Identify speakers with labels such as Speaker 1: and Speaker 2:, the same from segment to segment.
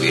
Speaker 1: We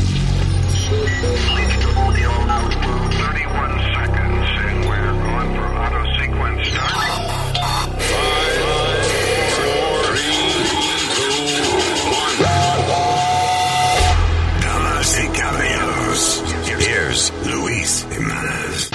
Speaker 2: Damas y caballeros, here's Luis Jimenez.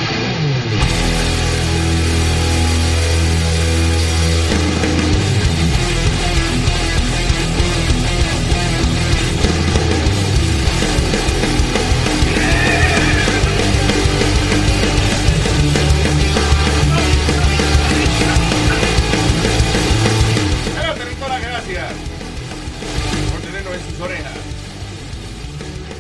Speaker 3: Territorio, gracias por tenernos en sus orejas.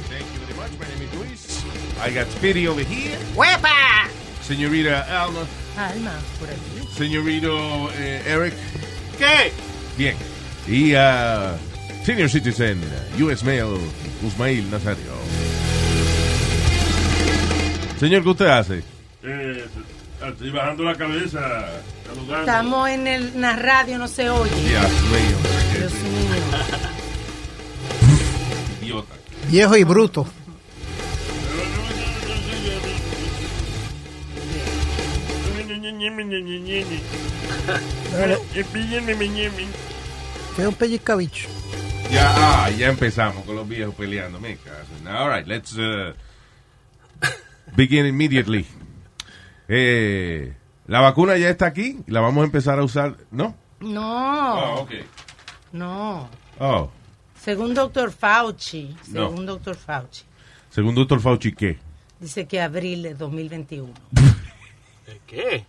Speaker 3: Thank you very much. My name is Luis. I got Speedy over here.
Speaker 4: ¡Huepa!
Speaker 3: Señorita Alma.
Speaker 4: Alma, por aquí.
Speaker 3: Señorito eh, Eric.
Speaker 4: ¿Qué?
Speaker 3: Bien. Y a Senior Citizen, US Mail, Usmail Nazario. Señor, ¿qué usted hace?
Speaker 5: Eh, estoy bajando la cabeza, saludando.
Speaker 4: Estamos en el, la radio, no se oye.
Speaker 3: Dios mío,
Speaker 4: Dios mío.
Speaker 3: qué idiota.
Speaker 6: Viejo y bruto. Fue un pellizcabicho.
Speaker 3: Ya, ah, ya empezamos con los viejos peleando. Me caso. Now, All right, let's uh, begin immediately. Eh, la vacuna ya está aquí. La vamos a empezar a usar. ¿No?
Speaker 4: No,
Speaker 3: ok.
Speaker 4: no.
Speaker 3: Oh,
Speaker 4: Según doctor Fauci,
Speaker 3: No.
Speaker 4: según doctor Fauci,
Speaker 3: según doctor Fauci, ¿qué?
Speaker 4: dice que abril de 2021.
Speaker 7: ¿Qué?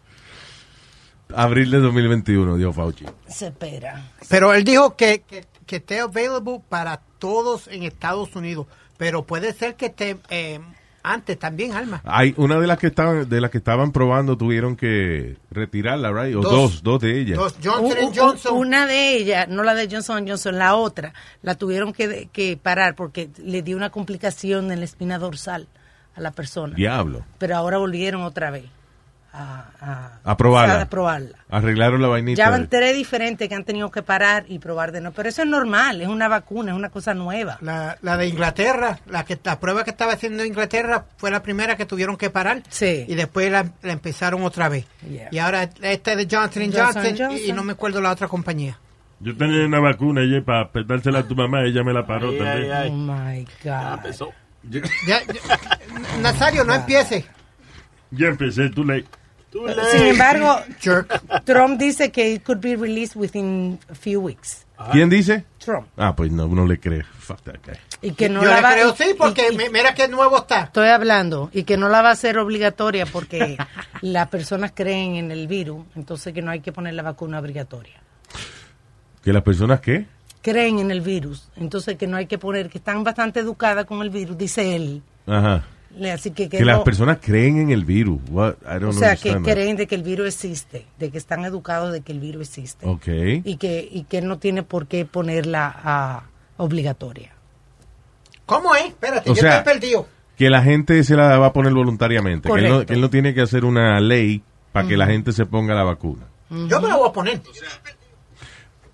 Speaker 3: Abril de 2021, dijo Fauci.
Speaker 4: Se espera.
Speaker 6: Pero él dijo que, que, que esté available para todos en Estados Unidos. Pero puede ser que esté eh, antes también, Alma.
Speaker 3: Hay una de las que estaban, de las que estaban probando tuvieron que retirarla, right? O
Speaker 6: Dos.
Speaker 3: dos, dos de ellas.
Speaker 6: Los
Speaker 4: U-
Speaker 6: Johnson
Speaker 4: u-
Speaker 6: Johnson.
Speaker 4: Una de ellas, no la de Johnson Johnson, la otra, la tuvieron que, que parar porque le dio una complicación en la espina dorsal a la persona.
Speaker 3: Diablo.
Speaker 4: Pero ahora volvieron otra vez a,
Speaker 3: A probarla.
Speaker 4: a probarla.
Speaker 3: Arreglaron la vainita.
Speaker 4: Ya
Speaker 3: de-
Speaker 4: van tres diferentes que han tenido que parar y probar de nuevo. Pero eso es normal, es una vacuna, es una cosa nueva.
Speaker 6: La, la de Inglaterra, la que la prueba que estaba haciendo Inglaterra fue la primera que tuvieron que parar
Speaker 4: Sí.
Speaker 6: y después la, la empezaron otra vez.
Speaker 4: Yeah.
Speaker 6: Y ahora esta es de Johnson
Speaker 4: Johnson
Speaker 6: Johnson, y
Speaker 4: Johnson.
Speaker 6: no me acuerdo la otra compañía.
Speaker 5: Yo tenía una vacuna ayer para dársela a tu mamá, ella me la paró también.
Speaker 4: Oh my God.
Speaker 7: Empezó.
Speaker 6: Ya- ya- Nazario, no empiece.
Speaker 5: Ya empecé, tú le...
Speaker 4: Sin embargo, Trump dice que it could be released within a few weeks.
Speaker 3: ¿Quién dice?
Speaker 4: Trump.
Speaker 3: Ah, pues no, no le cree. Fuck that guy.
Speaker 4: Y que no
Speaker 6: Yo
Speaker 4: la
Speaker 6: le
Speaker 4: va-
Speaker 6: creo
Speaker 4: y-
Speaker 6: sí, porque
Speaker 4: y- y-
Speaker 6: mi- mira qué nuevo está.
Speaker 4: Estoy hablando y que no la va a hacer obligatoria porque las personas creen en el virus, entonces que no hay que poner la vacuna obligatoria.
Speaker 3: ¿Que las personas qué?
Speaker 4: Creen en el virus, entonces que no hay que poner, que están bastante educadas con el virus, dice él.
Speaker 3: Ajá.
Speaker 4: Le- Así que, que
Speaker 3: Que las
Speaker 4: no-
Speaker 3: personas creen en el virus. What? I don't
Speaker 4: o sea, que
Speaker 3: understand that.
Speaker 4: creen de que el virus existe, de que están educados de que el virus existe.
Speaker 3: Ok.
Speaker 4: Y que y que no tiene por qué ponerla ah, obligatoria.
Speaker 6: ¿Cómo es? Espérate,
Speaker 3: O
Speaker 6: yo
Speaker 3: sea-
Speaker 6: estoy perdido.
Speaker 3: Que la gente se la va a poner voluntariamente. Que él, no,
Speaker 4: Correcto.
Speaker 3: que él no tiene que hacer una ley para que la gente se ponga la vacuna.
Speaker 6: Yo me la voy a poner.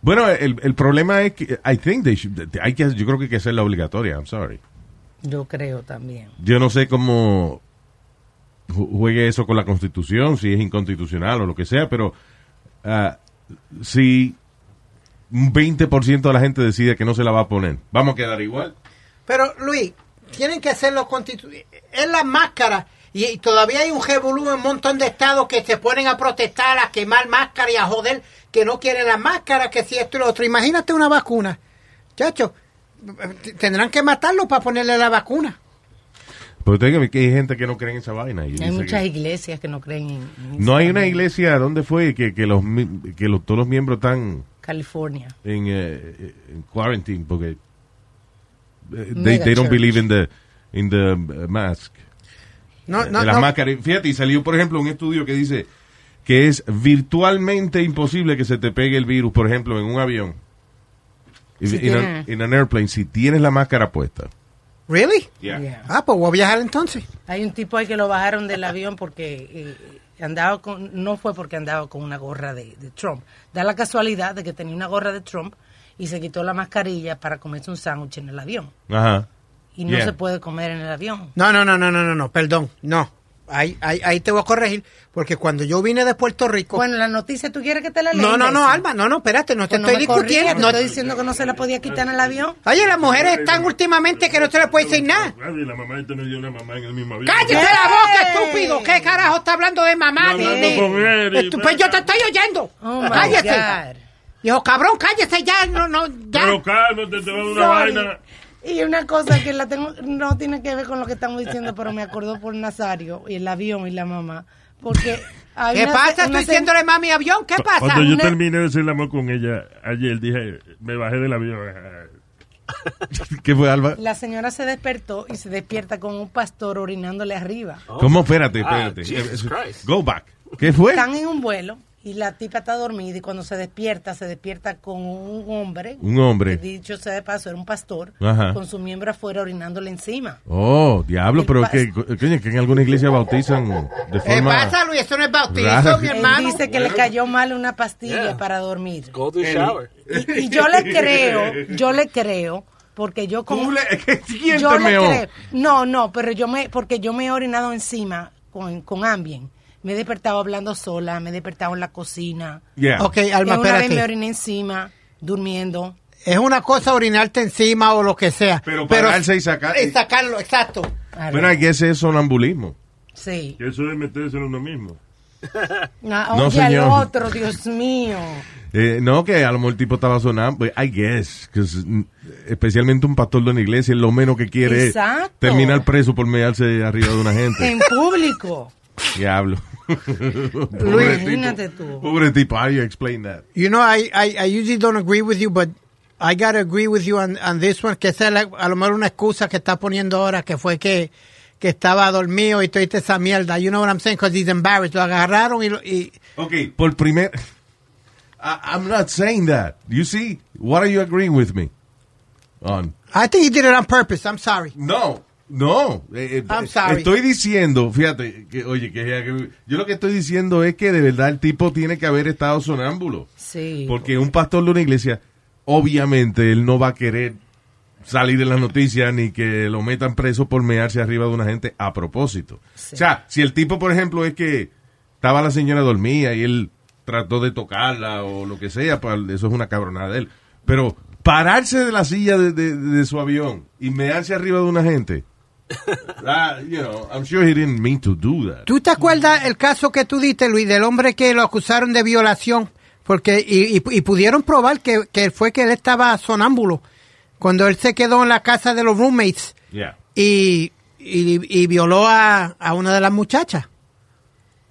Speaker 3: Bueno, el, el problema es que I think they should- hay que, yo creo que hay que hacerla obligatoria. I'm sorry.
Speaker 4: Yo creo también.
Speaker 3: Yo no sé cómo ju- juegue eso con la constitución, si es inconstitucional o lo que sea, pero ah, si un 20% de la gente decide que no se la va a poner, vamos a quedar igual.
Speaker 6: Pero Luis, tienen que hacerlo constitucional. Es la máscara. Y, y todavía hay un revolú en un montón de estados que se ponen a protestar, a quemar máscara y a joder que no quieren la máscara, que si esto y lo otro. Imagínate una vacuna. Chacho, t- tendrán que matarlo para ponerle la vacuna.
Speaker 3: Pero usted que- que hay gente que no cree en esa vaina. y dice
Speaker 4: Hay muchas
Speaker 3: que-
Speaker 4: iglesias que no creen en, en
Speaker 3: no hay una iglesia, ¿dónde fue? Que, que, los, mi- que los- todos los miembros están
Speaker 4: California.
Speaker 3: en, eh, en quarantine porque eh, they,
Speaker 4: Mega
Speaker 3: they don't
Speaker 4: church.
Speaker 3: believe in the, in the eh, mask.
Speaker 6: No, no,
Speaker 3: de las
Speaker 6: no.
Speaker 3: máscaras. Fíjate, y salió, por ejemplo, un estudio que dice que es virtualmente imposible que se te pegue el virus, por ejemplo, en un avión.
Speaker 4: Si
Speaker 3: en
Speaker 4: tienes-
Speaker 3: un airplane, si tienes la máscara puesta.
Speaker 6: ¿Really?
Speaker 4: Yeah.
Speaker 6: Ah, pues voy a viajar entonces.
Speaker 4: Hay un tipo ahí que lo bajaron del avión porque eh, que andaba con, no fue porque andaba con una gorra de, de Trump. Da la casualidad de que tenía una gorra de Trump y se quitó la mascarilla para comerse un sándwich en el avión.
Speaker 3: Ajá.
Speaker 4: Y no
Speaker 3: Yeah.
Speaker 4: se puede comer en el avión.
Speaker 6: No, no, no, no, no, no, no, perdón, no. Ahí, ahí, ahí te voy a corregir, porque cuando yo vine de Puerto Rico...
Speaker 4: Bueno, la noticia, ¿tú quieres que te la lea?
Speaker 6: no, no, no,
Speaker 4: imbécil?
Speaker 6: Alma, no, no, espérate, no te
Speaker 4: Que no
Speaker 6: estoy
Speaker 4: me corrija,
Speaker 6: discutiendo.
Speaker 4: te
Speaker 6: no-
Speaker 4: estoy diciendo que no se la podía quitar en el avión.
Speaker 6: Oye, las mujeres están últimamente que no se les puede decir nada.
Speaker 5: Y la mamá esta no dio una mamá en el mismo avión.
Speaker 6: ¡Cállate
Speaker 4: ¡Eh!
Speaker 6: la boca, estúpido! ¿Qué carajo está hablando de mamá?
Speaker 5: Hablando
Speaker 6: de-
Speaker 5: con Eric,
Speaker 6: Estu- pues yo te estoy oyendo.
Speaker 4: Oh, my
Speaker 6: ¡Cállate!
Speaker 4: God.
Speaker 6: Dijo, cabrón, cállese ya, no, no, ya.
Speaker 5: Pero cálmate, te va a dar una
Speaker 4: Sorry.
Speaker 5: vaina.
Speaker 4: Y una cosa que la tengo, no tiene que ver con lo que estamos diciendo, pero me acordó por Nazario y el avión y la mamá. Porque hay
Speaker 6: ¿Qué
Speaker 4: una-
Speaker 6: pasa?
Speaker 4: una
Speaker 6: Estoy diciéndole mami avión, ¿qué pasa?
Speaker 5: Cuando yo
Speaker 4: Una-
Speaker 5: terminé de hacer el amor con ella ayer, dije, me bajé del avión.
Speaker 3: ¿Qué fue, Alba?
Speaker 4: La señora se despertó y se despierta con un pastor orinándole arriba.
Speaker 3: ¿Cómo? Espérate,
Speaker 7: Ah,
Speaker 3: espérate. Eh,
Speaker 7: Jesus Christ.
Speaker 3: Go back. ¿Qué fue?
Speaker 4: Están en un vuelo y la tipa está dormida y cuando se despierta, se despierta con un hombre.
Speaker 3: Un hombre.
Speaker 4: que dicho sea de paso, era un pastor
Speaker 3: Ajá.
Speaker 4: con su miembro afuera orinándole encima.
Speaker 3: Oh, diablo,
Speaker 4: El
Speaker 3: pero
Speaker 4: pas-
Speaker 3: que, coño, que en alguna iglesia bautizan
Speaker 4: Eh,
Speaker 3: de
Speaker 6: ¿Qué
Speaker 3: forma...
Speaker 6: pasa, Luis? Esto no es bautizo,
Speaker 3: Raro.
Speaker 6: mi
Speaker 3: Él
Speaker 4: Él
Speaker 6: hermano.
Speaker 4: dice que le cayó mal una pastilla
Speaker 7: Yeah.
Speaker 4: para dormir.
Speaker 7: Go to the shower.
Speaker 4: Y, y yo le creo, yo le creo, porque yo como...
Speaker 3: ¿Cómo le- oh. ¿Quién
Speaker 4: yo
Speaker 3: te
Speaker 4: le
Speaker 3: meó?
Speaker 4: creo. No, no, pero yo me, porque yo me he orinado encima con, con Ambien. Me he despertado hablando sola, me he despertado en la cocina.
Speaker 3: Yeah.
Speaker 6: Ok, Alma,
Speaker 4: Eh, una vez me
Speaker 6: espérate.
Speaker 4: oriné encima, durmiendo.
Speaker 6: Es una cosa orinarte encima o lo que sea.
Speaker 3: Pero pararse y sacar-
Speaker 6: y sacarlo, exacto.
Speaker 3: Bueno, hay que ese sonambulismo.
Speaker 4: Sí.
Speaker 5: Que eso es meterse en uno mismo.
Speaker 4: Ah,
Speaker 3: No,
Speaker 4: oye, al
Speaker 3: señor.
Speaker 4: otro, Dios mío.
Speaker 3: Eh, no, que a lo mejor el tipo estaba sonando, pues, I guess, que es- mm, especialmente un pastor de una iglesia, lo menos que quiere es
Speaker 4: Exacto.
Speaker 3: terminar preso por mearse arriba de una gente.
Speaker 4: En público.
Speaker 3: Diablo. Pobre
Speaker 4: Imagínate
Speaker 3: tipo.
Speaker 4: tú.
Speaker 3: Pobre tipo, how you explain that?
Speaker 6: You know, I, I, I usually don't agree with you, but I gotta agree with you on, on this one, que esa es la- a lo mejor una excusa que está poniendo ahora, que fue que, que estaba dormido y toda esa mierda. You know what I'm saying? Because he's embarrassed. Lo agarraron y... Lo, y
Speaker 3: Ok, por primer... I- I'm not saying that. You see, what are you agreeing with me on?
Speaker 6: I think he did it on purpose. I'm sorry.
Speaker 3: No, no. eh, eh,
Speaker 6: I'm sorry.
Speaker 3: Estoy diciendo, fíjate, que, oye, que, que- yo lo que estoy diciendo es que de verdad el tipo tiene que haber estado sonámbulo.
Speaker 4: Sí.
Speaker 3: Porque un pastor de una iglesia, obviamente, él no va a querer salir en las noticias ni que lo metan preso por mearse arriba de una gente a propósito.
Speaker 4: Sí.
Speaker 3: O sea, si el tipo, por ejemplo, es que estaba la señora dormida y él trató de tocarla o lo que sea, pues, eso es una cabronada de él. Pero pararse de la silla de, de- de su avión y mearse arriba de una gente, that, you know, I'm sure he didn't mean to do that.
Speaker 6: ¿Tú te acuerdas el caso que tú diste, Luis, del hombre que lo acusaron de violación? Porque, y, y- y pudieron probar que, que fue que él estaba sonámbulo cuando él se quedó en la casa de los roommates
Speaker 3: Yeah.
Speaker 6: y, y, y violó a, a una de las muchachas.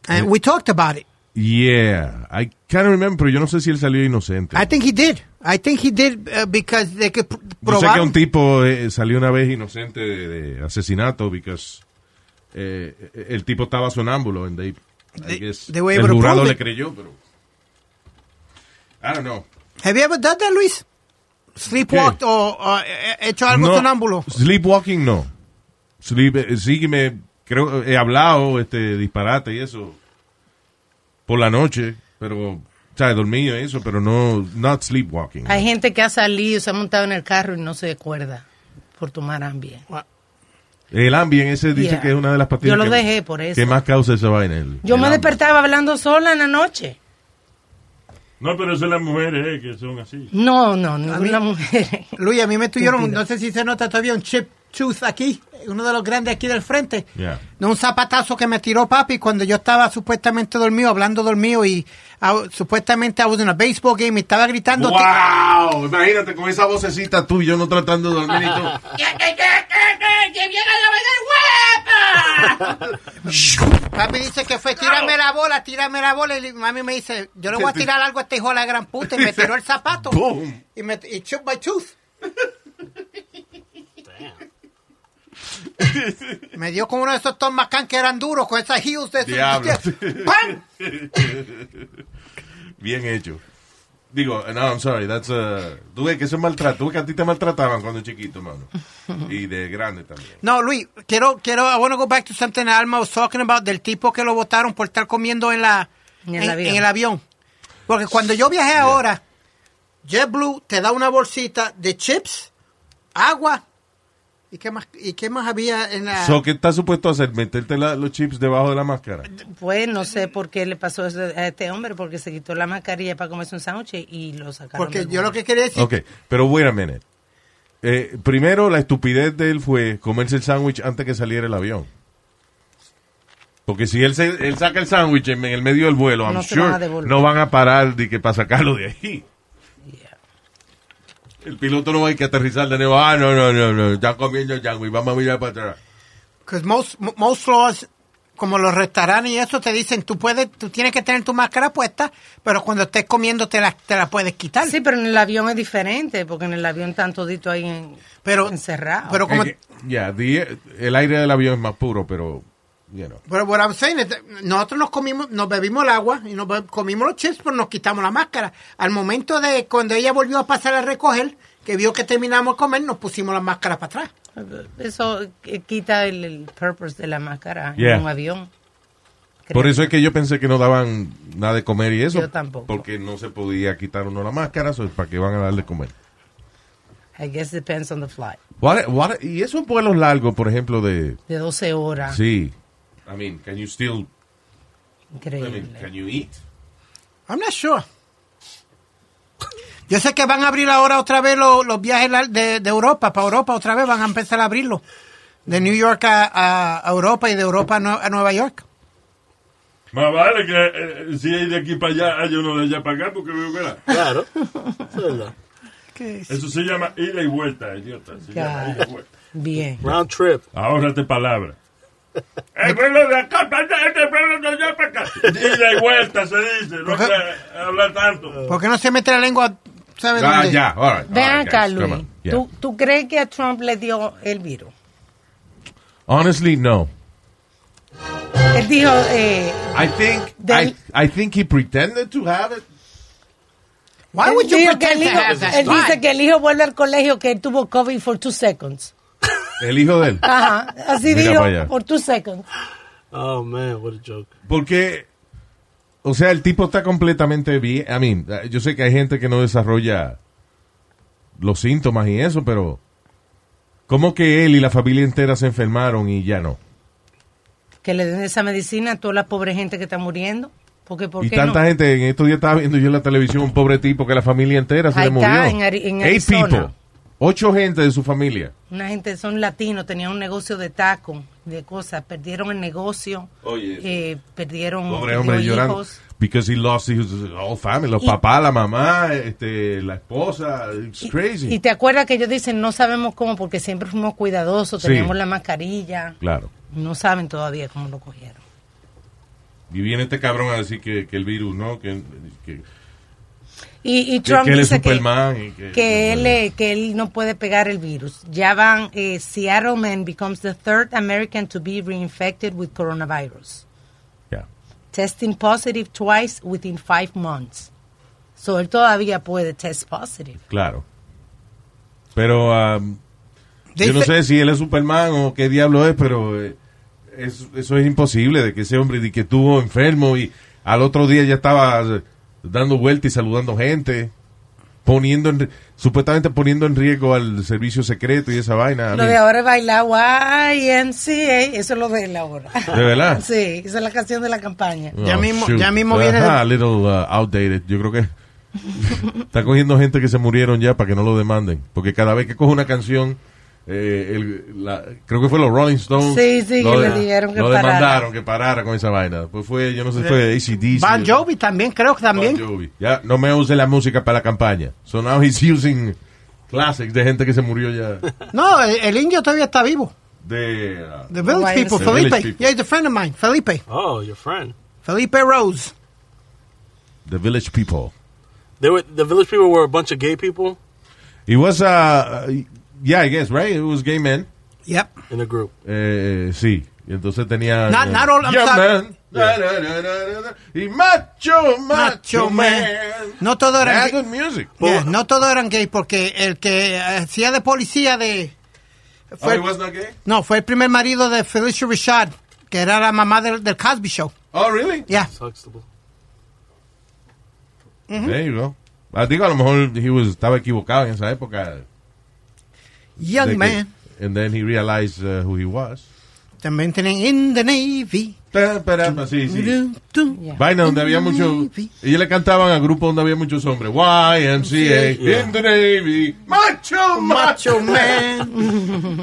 Speaker 6: And we talked about it.
Speaker 3: Yeah, I can't remember, pero yo no sé si él salió inocente.
Speaker 6: I think he did. I think he did uh, because de que pr-
Speaker 3: Yo sé que
Speaker 6: probaron.
Speaker 3: un tipo eh, salió una vez inocente de, de asesinato because eh, eh, el tipo estaba sonámbulo and they, I
Speaker 6: They-
Speaker 3: guess,
Speaker 6: they were
Speaker 3: el
Speaker 6: able to
Speaker 3: jurado
Speaker 6: prove
Speaker 3: le
Speaker 6: it.
Speaker 3: creyó, pero I don't know.
Speaker 6: Have you ever done that, Luis? Sleepwalked
Speaker 3: ¿Qué?
Speaker 6: o o, eh, hecho algo
Speaker 3: No,
Speaker 6: sonámbulo.
Speaker 3: Sleepwalking no. Sleep, eh, sí que me creo he hablado este disparate y eso por la noche, pero o sea, dormido y eso, pero no not sleepwalking.
Speaker 4: Hay gente que ha salido, se ha montado en el carro y no se acuerda por tomar Ambien.
Speaker 3: El Ambien ese dice
Speaker 4: Yeah.
Speaker 3: que es una de las pastillas
Speaker 4: Yo lo
Speaker 3: que,
Speaker 4: dejé por eso.
Speaker 3: que más causa esa vaina. el-
Speaker 4: Yo
Speaker 3: el
Speaker 4: me
Speaker 3: Ambien.
Speaker 4: despertaba hablando sola en la noche.
Speaker 5: No, pero son las mujeres eh, que son así.
Speaker 4: No, no, ninguna mujer.
Speaker 6: Luis, a mí me tuvieron, no sé si se nota todavía, un chip tooth aquí, uno de los grandes aquí del frente.
Speaker 3: Yeah.
Speaker 6: De un zapatazo que me tiró papi cuando yo estaba supuestamente dormido, hablando dormido y ah, supuestamente I was in a baseball game y estaba gritando.
Speaker 3: ¡Wow! Imagínate con esa vocecita tú y yo no tratando de dormir y tú.
Speaker 6: Papi dice que fue, tírame la bola, tírame la bola. Y le- mami me dice, yo le voy a tirar algo a este hijo de la gran puta. Y me tiró el zapato.
Speaker 3: Boom.
Speaker 6: Y me y shook my tooth. Me dio con uno de esos Tom McCann que eran duros, con esas heels de esos.
Speaker 3: Diablo.
Speaker 6: ¡Pam!
Speaker 3: Bien hecho. Digo, no, I'm sorry, that's a... Tú ves que eso es maltrato, tú ves que a ti te maltrataban cuando chiquito, mano. Y de grande también.
Speaker 6: No, Luis, quiero, quiero, I want to go back to something Alma was talking about del tipo que lo votaron por estar comiendo en la,
Speaker 4: En el avión.
Speaker 6: en el avión. Porque cuando yo viajé ahora, JetBlue te da una bolsita de chips, agua, ¿y qué más, y qué más había en la...
Speaker 3: So, ¿Qué estás supuesto a hacer? ¿Meterte la- los chips debajo de la máscara?
Speaker 4: Pues no sé por qué le pasó eso a este hombre, porque se quitó la mascarilla para comerse un sándwich y lo sacaron.
Speaker 6: porque
Speaker 4: del
Speaker 6: yo
Speaker 4: vuelo.
Speaker 6: lo que quería decir...
Speaker 3: Ok, pero wait a minute. Eh, primero, la estupidez de él fue comerse el sándwich antes que saliera el avión. Porque si él, se- él saca el sándwich en el medio del vuelo, I'm
Speaker 4: No se
Speaker 3: sure
Speaker 4: van a devolver.
Speaker 3: no van a parar de que para sacarlo de ahí. El piloto no va a ir que aterrizar de nuevo. Ah, no, no, no, no. Ya comiendo sándwich, vamos a mirar para atrás.
Speaker 6: Because most, mo- most laws, como los restaurantes y eso, te dicen, tú puedes, tú tienes que tener tu máscara puesta, pero cuando estés comiendo te la, te la puedes quitar.
Speaker 4: Sí, pero en el avión es diferente, porque en el avión están todito ahí en-
Speaker 6: Pero-
Speaker 4: encerrado.
Speaker 6: pero- como-
Speaker 3: Eh, que- Ya, di- el aire del avión es más puro, pero, you know.
Speaker 6: Pero what I'm saying is that nosotros nos comimos, nos bebimos el agua y nos be- comimos los chips, pero nos quitamos la máscara. Al momento de cuando ella volvió a pasar a recoger, que vio que terminamos de comer, nos pusimos la máscara para atrás.
Speaker 4: Eso eh, quita el, el purpose de la máscara
Speaker 3: Yeah.
Speaker 4: en un avión. Creo.
Speaker 3: Por eso es que yo pensé que no daban nada de comer y eso.
Speaker 4: Yo tampoco.
Speaker 3: Porque no se podía quitar uno la máscara, so, ¿para qué van a dar de comer?
Speaker 4: I guess depends on the flight.
Speaker 3: What- what- y esos vuelos largos, por ejemplo, de...
Speaker 4: De 12 horas.
Speaker 3: Sí. I mean, can you still... I
Speaker 4: Increíble.
Speaker 3: mean, can you eat?
Speaker 6: I'm not sure. Yo sé que van a abrir ahora otra vez lo- los viajes la- de, de Europa, para Europa otra vez van a empezar a abrirlo. De New York a, a- a Europa y de Europa a, Nue- a Nueva York.
Speaker 5: Más vale que eh, si hay de aquí para allá, hay uno de allá para acá, porque veo que era.
Speaker 7: Claro. Eso es verdad.
Speaker 5: Eso se llama ida y vuelta, idiota. Se llama ida y vuelta.
Speaker 4: Bien.
Speaker 7: Round trip.
Speaker 5: Ahórrate palabras. El vuelo de acá para allá, el vuelo de allá para acá. Ida y vuelta se dice, no hay que hablar tanto.
Speaker 6: ¿Por qué no se mete la lengua? ¿Sabe
Speaker 3: Ah,
Speaker 6: dónde?
Speaker 3: ya, all right,
Speaker 4: Ven
Speaker 3: all right,
Speaker 4: acá,
Speaker 3: guys, come
Speaker 4: Luis.
Speaker 3: on. Yeah.
Speaker 4: ¿Tú, ¿Tú crees que a Trump le dio el virus?
Speaker 3: Honestly, no.
Speaker 4: Él dijo, eh,
Speaker 3: I think,
Speaker 4: Del-
Speaker 3: I, I think he pretended to have it.
Speaker 6: Why
Speaker 4: él,
Speaker 6: would you
Speaker 4: dijo que
Speaker 6: pretend
Speaker 4: el
Speaker 6: to
Speaker 4: hijo-
Speaker 6: have that?
Speaker 4: él
Speaker 6: Why?
Speaker 4: dice que el hijo vuelve al colegio que él tuvo COVID for two seconds.
Speaker 3: El hijo de él.
Speaker 4: Ajá, así
Speaker 3: Mira
Speaker 4: dijo,
Speaker 3: para allá.
Speaker 4: por two seconds.
Speaker 7: Oh, man, what a joke.
Speaker 3: Porque, o sea, el tipo está completamente bien. I mean, yo sé que hay gente que no desarrolla los síntomas y eso, pero ¿cómo que él y la familia entera se enfermaron y ya no?
Speaker 4: Que le den esa medicina a toda la pobre gente que está muriendo. Porque, ¿por
Speaker 3: Y
Speaker 4: qué
Speaker 3: tanta
Speaker 4: no?
Speaker 3: gente, en estos días estaba viendo yo en la televisión un pobre tipo que la familia entera se
Speaker 4: Ahí
Speaker 3: le murió.
Speaker 4: está, en Ari- en
Speaker 3: Eight
Speaker 4: Arizona.
Speaker 3: people. Ocho gente de su familia.
Speaker 4: Una gente son latinos, tenían un negocio de tacos, de cosas, perdieron el negocio,
Speaker 3: Oye, eso.
Speaker 4: eh, perdieron
Speaker 3: Pobre
Speaker 4: perdió
Speaker 3: hombre llorando.
Speaker 4: hijos.
Speaker 3: Because he lost his whole family. Los
Speaker 4: Y-
Speaker 3: papás, la mamá, este, la esposa. It's
Speaker 4: Y-
Speaker 3: crazy.
Speaker 4: Y, te acuerdas que ellos dicen, no sabemos cómo, porque siempre fuimos cuidadosos,
Speaker 3: Sí.
Speaker 4: teníamos la mascarilla,
Speaker 3: claro.
Speaker 4: no saben todavía cómo lo cogieron.
Speaker 3: Y viene este cabrón a decir que, que el virus, ¿no? Que, que-
Speaker 4: Y,
Speaker 3: Que-
Speaker 4: y Trump
Speaker 3: que él es
Speaker 4: dice que,
Speaker 3: Superman y que-
Speaker 4: que él, eh, que él no puede pegar el virus. Ya van, eh, Seattle man becomes the third American to be reinfected with coronavirus.
Speaker 3: ya.
Speaker 4: Testing positive twice within five months. So él todavía puede test positive.
Speaker 3: claro. Pero um, yo no
Speaker 6: Dice-
Speaker 3: sé si él es Superman o qué diablo es, pero eh, es- eso es imposible de que ese hombre de que estuvo enfermo y al otro día ya estaba eh, dando vueltas y saludando gente, poniendo en- supuestamente poniendo en riesgo al servicio secreto y esa vaina.
Speaker 4: Lo de ahora es bailar YMCA, eso es lo de él ahora.
Speaker 3: ¿De verdad?
Speaker 4: Sí, esa es la canción de la campaña.
Speaker 3: Oh,
Speaker 6: Ya mismo-
Speaker 3: shoot.
Speaker 6: ya mismo viene
Speaker 3: Ajá,
Speaker 6: de-
Speaker 3: a little uh, outdated. Yo creo que está cogiendo gente que se murieron ya para que no lo demanden. Porque cada vez que coge una canción, eh, el- la- creo que fue los Rolling Stones.
Speaker 4: Sí, sí,
Speaker 3: lo
Speaker 4: que
Speaker 3: de-
Speaker 4: le dijeron que
Speaker 3: lo
Speaker 4: parara.
Speaker 3: demandaron, que parara con esa vaina. Pues fue, yo no sé, fue ACDC.
Speaker 6: Van Eh, Jovi también, creo que también.
Speaker 3: Bon Jovi. Ya, no me use la música para la campaña. So now he's using classics de gente que se murió ya.
Speaker 6: No, el, el indio todavía está vivo.
Speaker 3: De, uh,
Speaker 6: The Village
Speaker 4: Why is
Speaker 6: People,
Speaker 4: it-
Speaker 3: The
Speaker 6: Felipe.
Speaker 3: Village People.
Speaker 6: Yeah, he's a friend of mine, Felipe.
Speaker 7: Oh, your friend.
Speaker 6: Felipe Rose.
Speaker 3: the Village People.
Speaker 7: They were, the village people were a bunch of gay people
Speaker 3: It was, uh, yeah, I guess, right? It was gay men.
Speaker 6: Yep.
Speaker 7: in a group.
Speaker 3: Eh, sí, Y entonces tenía.
Speaker 6: Not- not all- I'm
Speaker 3: Yeah,
Speaker 6: sorry.
Speaker 3: man. Na, na, na, na, na, na. Y macho, macho,
Speaker 6: Macho
Speaker 3: man.
Speaker 6: Man. No todo era- Oh,
Speaker 3: That's good music.
Speaker 6: Yeah, no todos eran gays porque el que hacía de policía de...
Speaker 3: Oh,
Speaker 6: fue-
Speaker 3: he was not gay?
Speaker 6: no, fue el primer marido de Felicia Richard, que era la mamá del, del Cosby Show.
Speaker 3: Oh, really?
Speaker 6: Yeah.
Speaker 7: Huxtable.
Speaker 3: There you go. Ah, digo, a lo mejor he was- estaba equivocado en esa época.
Speaker 6: Young
Speaker 3: de que-
Speaker 6: man.
Speaker 3: and then he realized uh, who he was.
Speaker 6: También tienen In the Navy.
Speaker 3: Ta, pa, da, pa, sí,
Speaker 6: Mm-hmm.
Speaker 3: sí.
Speaker 6: Dun, dun.
Speaker 4: Yeah.
Speaker 3: Vaina donde había mucho.
Speaker 6: Mm-hmm.
Speaker 3: Ellos le cantaban a grupos donde había muchos hombres. YMCA,
Speaker 7: Yeah.
Speaker 3: in the Navy, macho, macho.
Speaker 6: Macho Man.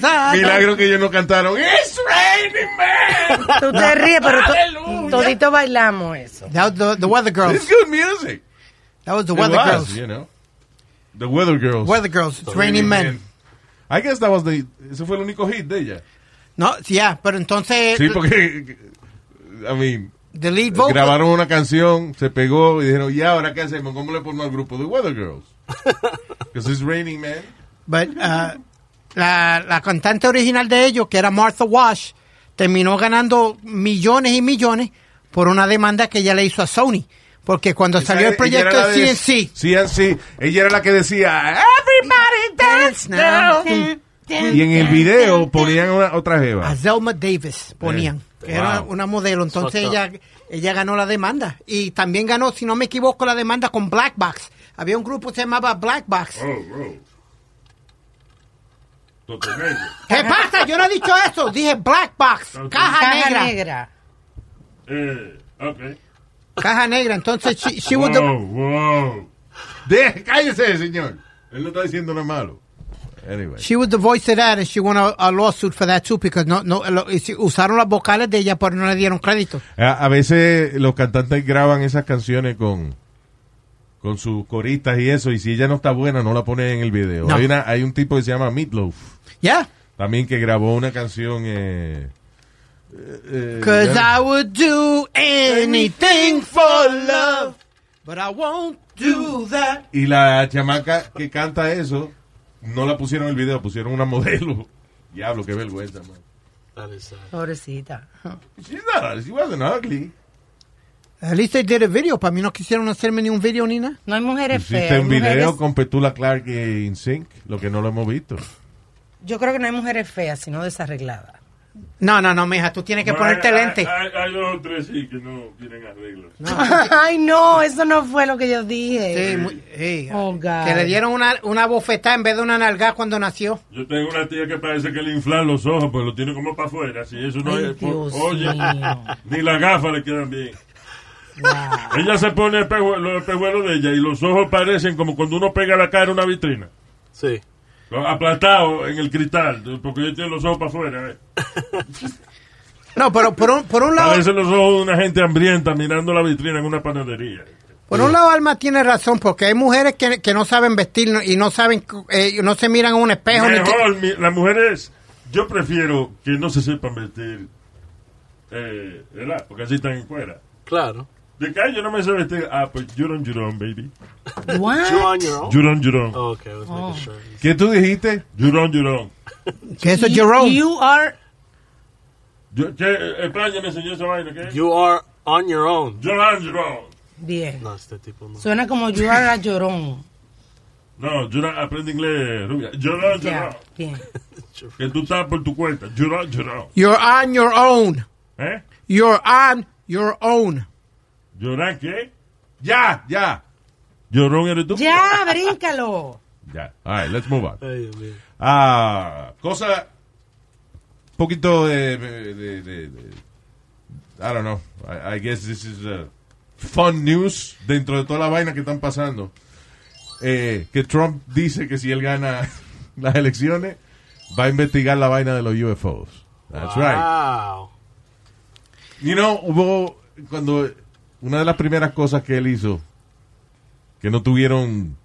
Speaker 6: That-
Speaker 3: Milagro que ellos no cantaron. It's raining, man.
Speaker 4: Tú te ríes, pero to- todito bailamos eso.
Speaker 6: That was the, the Weather
Speaker 3: It's
Speaker 6: Girls.
Speaker 3: good music.
Speaker 6: That was the
Speaker 3: It
Speaker 6: Weather
Speaker 3: was,
Speaker 6: Girls.
Speaker 3: you know. The Weather Girls.
Speaker 6: Weather Girls. It's Raining Men.
Speaker 3: I guess that was the, ese fue el único hit de ella.
Speaker 6: No, yeah, pero entonces...
Speaker 3: Sí, porque, I mean,
Speaker 6: The lead Eh, vocal.
Speaker 3: grabaron una canción, se pegó y dijeron, ¿y ahora qué hacemos? ¿Cómo le ponemos al grupo de Weather Girls? Because it's raining, man.
Speaker 6: But, uh, la, la cantante original de ellos, que era Martha Wash, terminó ganando millones y millones por una demanda que ella le hizo a Sony. Porque cuando salió el proyecto
Speaker 3: Ella era la de
Speaker 6: CNC,
Speaker 3: CNC. Ella era la que decía, Everybody dance now. Y en el video ponían una, otra jeva.
Speaker 6: a Zelma Davis ponían,
Speaker 3: Eh,
Speaker 6: que era
Speaker 3: wow.
Speaker 6: una modelo. Entonces
Speaker 7: Fucked
Speaker 6: ella, ella ganó la demanda. Y también ganó, si no me equivoco, la demanda con Black Box. Había un grupo que se llamaba Black Box.
Speaker 5: Oh, oh. Totoneño.
Speaker 6: ¿Qué pasa? Yo no he dicho eso. Dije Black Box,
Speaker 5: Ok.
Speaker 6: caja,
Speaker 4: Caja
Speaker 6: negra.
Speaker 4: negra.
Speaker 5: Eh, ok.
Speaker 6: Caja negra. Entonces, she, she was the-
Speaker 3: Oh,
Speaker 5: Wow, wow.
Speaker 3: De- cállese, señor. Él no está diciendo nada malo. Anyway.
Speaker 6: She was the voice of that, and she won a, a lawsuit for that too, because no, no, lo- y si- usaron las vocales de ella, pero no le dieron crédito.
Speaker 3: A, a veces los cantantes graban esas canciones con con sus coristas y eso, y si ella no está buena, no la ponen en el video.
Speaker 6: No.
Speaker 3: Hay, una, hay un tipo que se llama Meatloaf,
Speaker 6: Yeah,
Speaker 3: también que grabó una canción... Eh, eh, eh,
Speaker 6: because
Speaker 3: ya-
Speaker 6: I would do anything for love, but I won't do that.
Speaker 3: Y la chamaca que canta eso, no la pusieron en el video, pusieron una modelo. Diablo, qué vergüenza, man.
Speaker 7: That is sad.
Speaker 4: Pobrecita.
Speaker 3: She's not, she wasn't ugly.
Speaker 6: At least they did a video. Para mí no quisieron hacerme ni un video ni nada.
Speaker 4: No hay mujeres feas.
Speaker 3: Pues Hiciste
Speaker 4: hay
Speaker 3: un
Speaker 4: mujeres-
Speaker 3: video con Petula Clark y InSync, lo que no lo hemos visto.
Speaker 4: Yo creo que no hay mujeres feas, sino desarregladas.
Speaker 6: No, no, no, mija, tú tienes que ponerte
Speaker 5: Hay-
Speaker 6: lente.
Speaker 5: Hay, hay dos o tres sí que no tienen arreglo.
Speaker 4: Ay, no, eso no fue lo que yo dije.
Speaker 6: Sí, muy- sí.
Speaker 4: Oh, God.
Speaker 6: que le dieron una, una bofetada en vez de una nalgada cuando nació.
Speaker 5: Yo tengo una tía que parece que le inflan los ojos, pues lo tiene como para afuera. Si eso no
Speaker 4: Ay,
Speaker 3: eh,
Speaker 5: es. por-
Speaker 4: Dios
Speaker 5: oye,
Speaker 4: mío.
Speaker 5: ni las gafas le quedan bien. Ella se pone espejuelo- los espejuelos de ella y los ojos parecen como cuando uno pega la cara en una vitrina.
Speaker 7: Sí.
Speaker 5: Aplatado en el cristal, porque ella tiene los ojos para afuera. ¿eh?
Speaker 6: No, pero por un, por un lado.
Speaker 5: Parecen los ojos de una gente hambrienta mirando la vitrina en una panadería.
Speaker 6: Por un lado, Alma tiene razón, porque hay mujeres que, que no saben vestir no- y no saben, eh, no se miran en un espejo. ni que-
Speaker 5: Mejor, mi- las mujeres, yo prefiero que no se sepan vestir, eh, ¿verdad? Porque así están fuera.
Speaker 7: Claro.
Speaker 5: De que, ay, yo no me sé vestir. Ah, pues you don't, you don't, baby.
Speaker 4: What?
Speaker 7: You on your own?
Speaker 5: You don't, you don't.
Speaker 7: Oh, okay, I was making sure.
Speaker 3: ¿Qué tú dijiste?
Speaker 5: You don't, you don't.
Speaker 6: que eso es Jerome.
Speaker 4: You are
Speaker 5: Yo, que, eh, España me enseñó esa vaina, ¿qué?
Speaker 7: You are on your own.
Speaker 5: You don't, you don't.
Speaker 4: bien.
Speaker 7: No, este tipo no.
Speaker 4: Suena como you are a llorón.
Speaker 5: No, you don't, aprende inglés, rubia. You don't, you
Speaker 4: Ya,
Speaker 5: don't.
Speaker 4: bien.
Speaker 5: Que tú estás por tu cuenta. You don't, you don't.
Speaker 6: You're on your own.
Speaker 5: ¿Eh?
Speaker 6: You're on your own.
Speaker 5: ¿Llorón qué?
Speaker 3: Ya, ya.
Speaker 5: ¿Llorón eres tú?
Speaker 4: Ya, bríncalo.
Speaker 3: Ya. All right, let's move on.
Speaker 7: Ay, Dios mío.
Speaker 3: Ah, cosa. Poquito de. de- de- de- de- I don't know. I, I guess this is uh, fun news dentro de toda la vaina que están pasando. Eh, que Trump dice que si él gana las elecciones, va a investigar la vaina de los UFOs.
Speaker 7: Ah,
Speaker 3: That's right.
Speaker 7: Wow.
Speaker 3: You know, hubo cuando una de las primeras cosas que él hizo que no tuvieron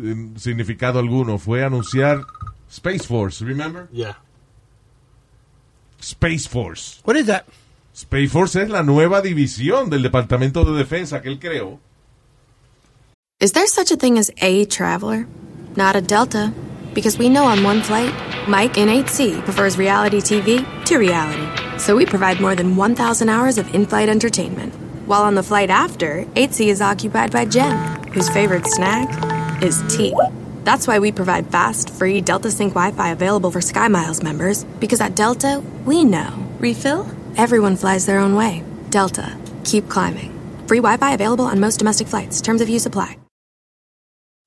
Speaker 3: eh, significado alguno fue anunciar Space Force, remember?
Speaker 7: Yeah.
Speaker 3: Space Force.
Speaker 6: What is that?
Speaker 3: Space Force es la nueva división del Departamento de Defensa que él creó.
Speaker 8: Is there such a thing as a traveler? Not a Delta, because we know on one flight Mike in 8C prefers reality TV to reality, so we provide more than 1,000 hours of in flight entertainment. While on the flight after, 8C is occupied by Jen, whose favorite snack is tea. That's why we provide fast, free Delta Sync Wi Fi available for SkyMiles members, because at Delta, we know. Refill? Everyone flies their own way. Delta, keep climbing. Free Wi Fi available on most domestic flights. Terms of use apply.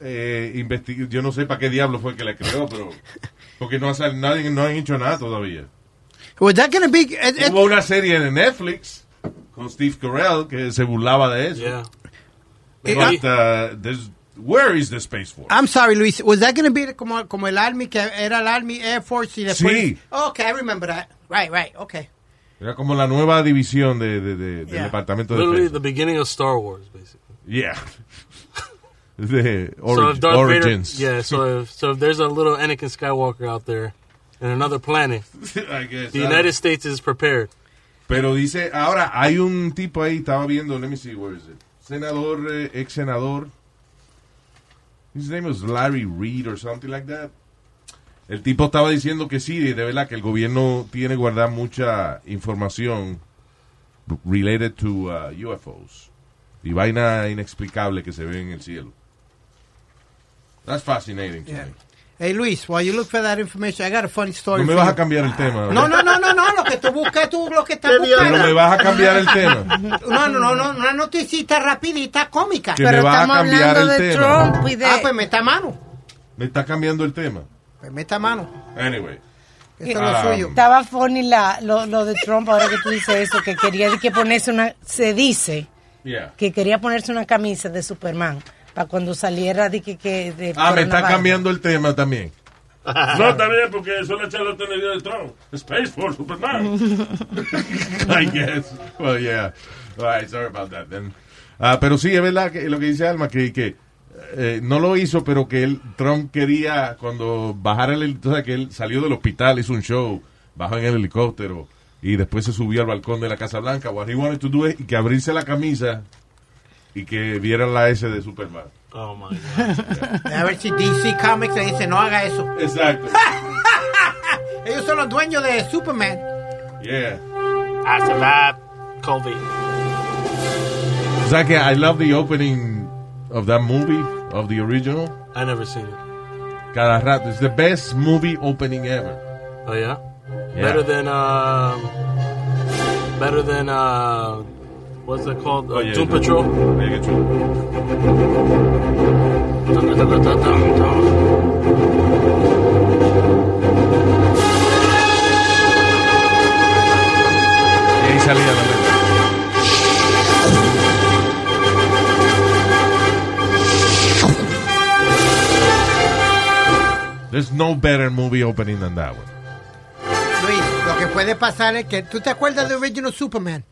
Speaker 3: eh, investigar, yo no sé para qué diablo fue que la creó, pero porque no ha sal- nadie no han hecho nada todavía.
Speaker 9: Was that gonna be?
Speaker 6: eh,
Speaker 9: It, it-
Speaker 3: Hubo una serie de Netflix con Steve Carell que se burlaba de eso.
Speaker 7: Yeah.
Speaker 3: But, uh, there's- where is the space force?
Speaker 9: I'm sorry, Luis.
Speaker 6: Luis, was that going to be como, como el Army, que era el Army Air Force y después...
Speaker 3: Sí.
Speaker 6: Okay, I remember that. Right, right, okay.
Speaker 3: Era como la nueva división de, de- de- del
Speaker 6: Yeah.
Speaker 3: departamento de
Speaker 7: Literally
Speaker 3: defensa.
Speaker 7: the beginning of Star Wars, basically.
Speaker 3: Yeah. de
Speaker 7: so
Speaker 3: ori-
Speaker 7: if Darth Vader-
Speaker 3: origins.
Speaker 7: yeah. So if, so if there's a little Anakin Skywalker out there in another planet,
Speaker 3: I guess, uh,
Speaker 7: the
Speaker 3: I don't-
Speaker 7: United States is prepared.
Speaker 3: Pero dice, ahora hay un tipo ahí, estaba viendo, let me see, where is it? Senador, eh, ex senador. His name was Larry Reed or something like that. El tipo estaba diciendo que sí, de verdad que el gobierno tiene guardar mucha información related to uh, UFOs y vaina inexplicable que se ve en el cielo. That's fascinating to me.
Speaker 6: Hey, Luis, while you look for that information, I got a funny story
Speaker 3: No me
Speaker 6: for
Speaker 3: vas
Speaker 6: you.
Speaker 3: a cambiar el tema.
Speaker 6: No,
Speaker 3: ¿verdad?
Speaker 6: no, no, no, no, lo que tú buscas, tú lo que estás buscando.
Speaker 3: No me vas a cambiar el tema.
Speaker 6: No, no, no, no, una noticita rapidita, cómica.
Speaker 3: Que me vas a
Speaker 4: estamos
Speaker 3: cambiar
Speaker 4: hablando
Speaker 3: el
Speaker 4: de
Speaker 3: tema.
Speaker 4: Trump y de...
Speaker 6: Ah, pues meta mano.
Speaker 3: Me está cambiando el tema.
Speaker 6: Pues meta mano.
Speaker 3: Anyway.
Speaker 6: que Eso es lo
Speaker 3: Ah.
Speaker 6: suyo.
Speaker 4: Estaba funny la, lo, lo de Trump, ahora que tú dices eso, que quería de que ponerse una... Se dice
Speaker 3: Yeah.
Speaker 4: que quería ponerse una camisa de Superman para cuando saliera de que... que de
Speaker 3: Ah, me está
Speaker 4: coronavirus.
Speaker 3: cambiando el tema también.
Speaker 5: No, también porque eso le echa la televisión de Trump. Space Force, Superman.
Speaker 3: I guess. Well, yeah. All right, sorry about that then. Ah, pero sí, es verdad que lo que dice Alma, que, que eh, no lo hizo, pero que él, Trump quería cuando bajara el helicóptero, que él salió del hospital, hizo un show, bajó en el helicóptero y después se subió al balcón de la Casa Blanca. What he wanted to do es que abrirse la camisa y que vieran la S de Superman.
Speaker 7: Oh my god.
Speaker 6: A ver si DC Comics le dice, no haga eso.
Speaker 3: Exacto.
Speaker 6: Ellos son los dueños de Superman.
Speaker 3: Yeah.
Speaker 7: After that, COVID.
Speaker 3: O sea que I love the opening of that movie, of the original.
Speaker 7: I never seen it.
Speaker 3: Cada rato. It's the best movie opening ever.
Speaker 7: Oh yeah. Better than um. Better than uh. What's it called? Uh,
Speaker 3: Oh, yeah,
Speaker 7: Doom
Speaker 3: yeah.
Speaker 7: Patrol.
Speaker 3: Mega Trump. Y ahí salía la letra. There's no better movie opening than that one.
Speaker 6: Luis, lo que puede pasar es que, ¿tú te acuerdas de Original Superman?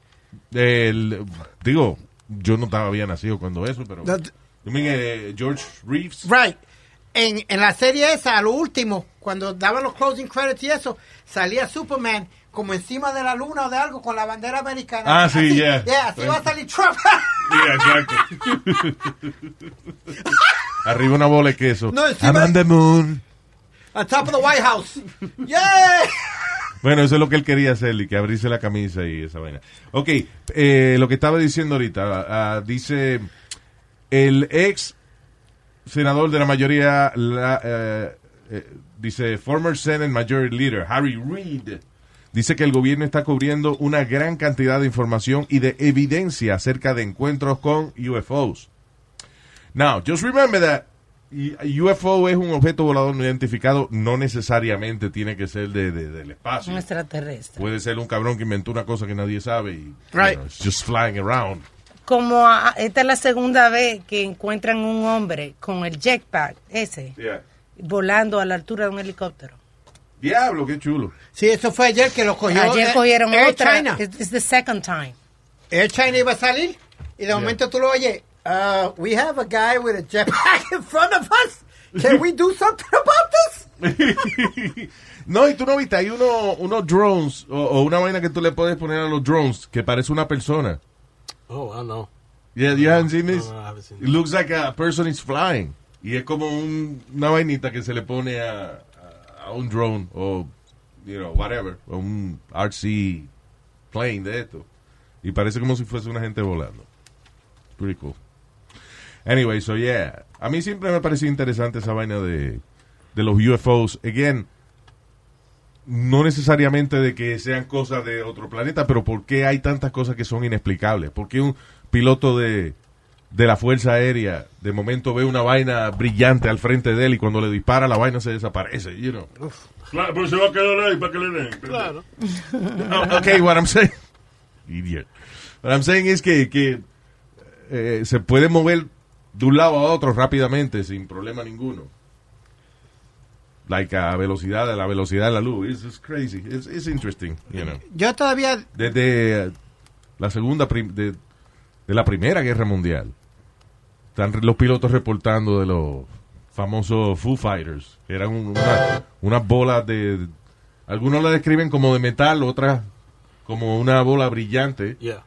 Speaker 3: El, digo, yo no estaba bien nacido cuando eso, pero...
Speaker 6: That-
Speaker 3: You mean, eh, George Reeves?
Speaker 6: Right. En, en la serie esa, a lo último, cuando daban los closing credits y eso, salía Superman como encima de la luna o de algo con la bandera americana.
Speaker 3: Ah, sí,
Speaker 6: Así,
Speaker 3: yeah.
Speaker 6: así va a salir Trump.
Speaker 3: Yeah, exacto. Arriba una bola de queso.
Speaker 6: No, encima-
Speaker 3: I'm on the moon.
Speaker 6: On top of the White House. Yeah.
Speaker 3: Bueno, eso es lo que él quería hacer, y que abrirse la camisa y esa vaina. Ok, eh, lo que estaba diciendo ahorita, ah, ah, dice el ex senador de la mayoría, la, eh, eh, dice former Senate Majority Leader Harry Reid, dice que el gobierno está cubriendo una gran cantidad de información y de evidencia acerca de encuentros con UFOs. Now, just remember that y- UFO es un objeto volador no identificado, no necesariamente tiene que ser de, de- del espacio.
Speaker 4: Un extraterrestre.
Speaker 3: Puede ser un cabrón que inventó una cosa que nadie sabe y
Speaker 6: Right.
Speaker 3: you know, it's just flying around.
Speaker 4: Como a- esta es la segunda vez que encuentran un hombre con el jetpack ese, volando a la altura de un helicóptero.
Speaker 3: Diablo, qué chulo.
Speaker 10: Sí, eso fue ayer que lo cogió.
Speaker 4: Ayer
Speaker 10: eh,
Speaker 4: cogieron
Speaker 10: Air
Speaker 4: otra.
Speaker 10: China.
Speaker 4: It's, it's the second time.
Speaker 10: Air China iba a salir y de momento tú lo oyes. "Uh, we have a guy with a jetpack in front of us. Can we do something about this?
Speaker 3: no, y tú no viste, hay uno, unos drones o, o una vaina que tú le puedes poner a los drones que parece una persona.
Speaker 7: Oh, I know.
Speaker 3: Yeah, you haven't seen this?
Speaker 7: No, I haven't seen
Speaker 3: It looks like a person is flying. Y es como un- una vainita que se le pone a, a- a un drone o, you know, whatever, o un RC plane de esto. Y parece como si fuese una gente volando. Pretty cool. Anyway, so yeah. A mí siempre me ha parecido interesante esa vaina de, de los UFOs. Again, no necesariamente de que sean cosas de otro planeta, pero ¿por qué hay tantas cosas que son inexplicables? ¿Por qué un piloto de, de la Fuerza Aérea de momento ve una vaina brillante al frente de él y cuando le dispara la vaina se desaparece? You know?
Speaker 5: Claro, pero se va a quedar ahí para que le den. Claro.
Speaker 3: Oh, okay, what I'm saying. Idiot. What I'm saying es que, que eh, se puede mover de un lado a otro rápidamente sin problema ninguno. Like a velocidad, a la velocidad de la luz. It's, it's crazy. It's, it's interesting, you know.
Speaker 6: Yo todavía
Speaker 3: desde eh, la segunda prim- de, de la primera guerra mundial están los pilotos reportando de los famosos Foo Fighters que eran un- una- unas bolas de algunos la describen como de metal otras como una bola brillante
Speaker 7: Yeah.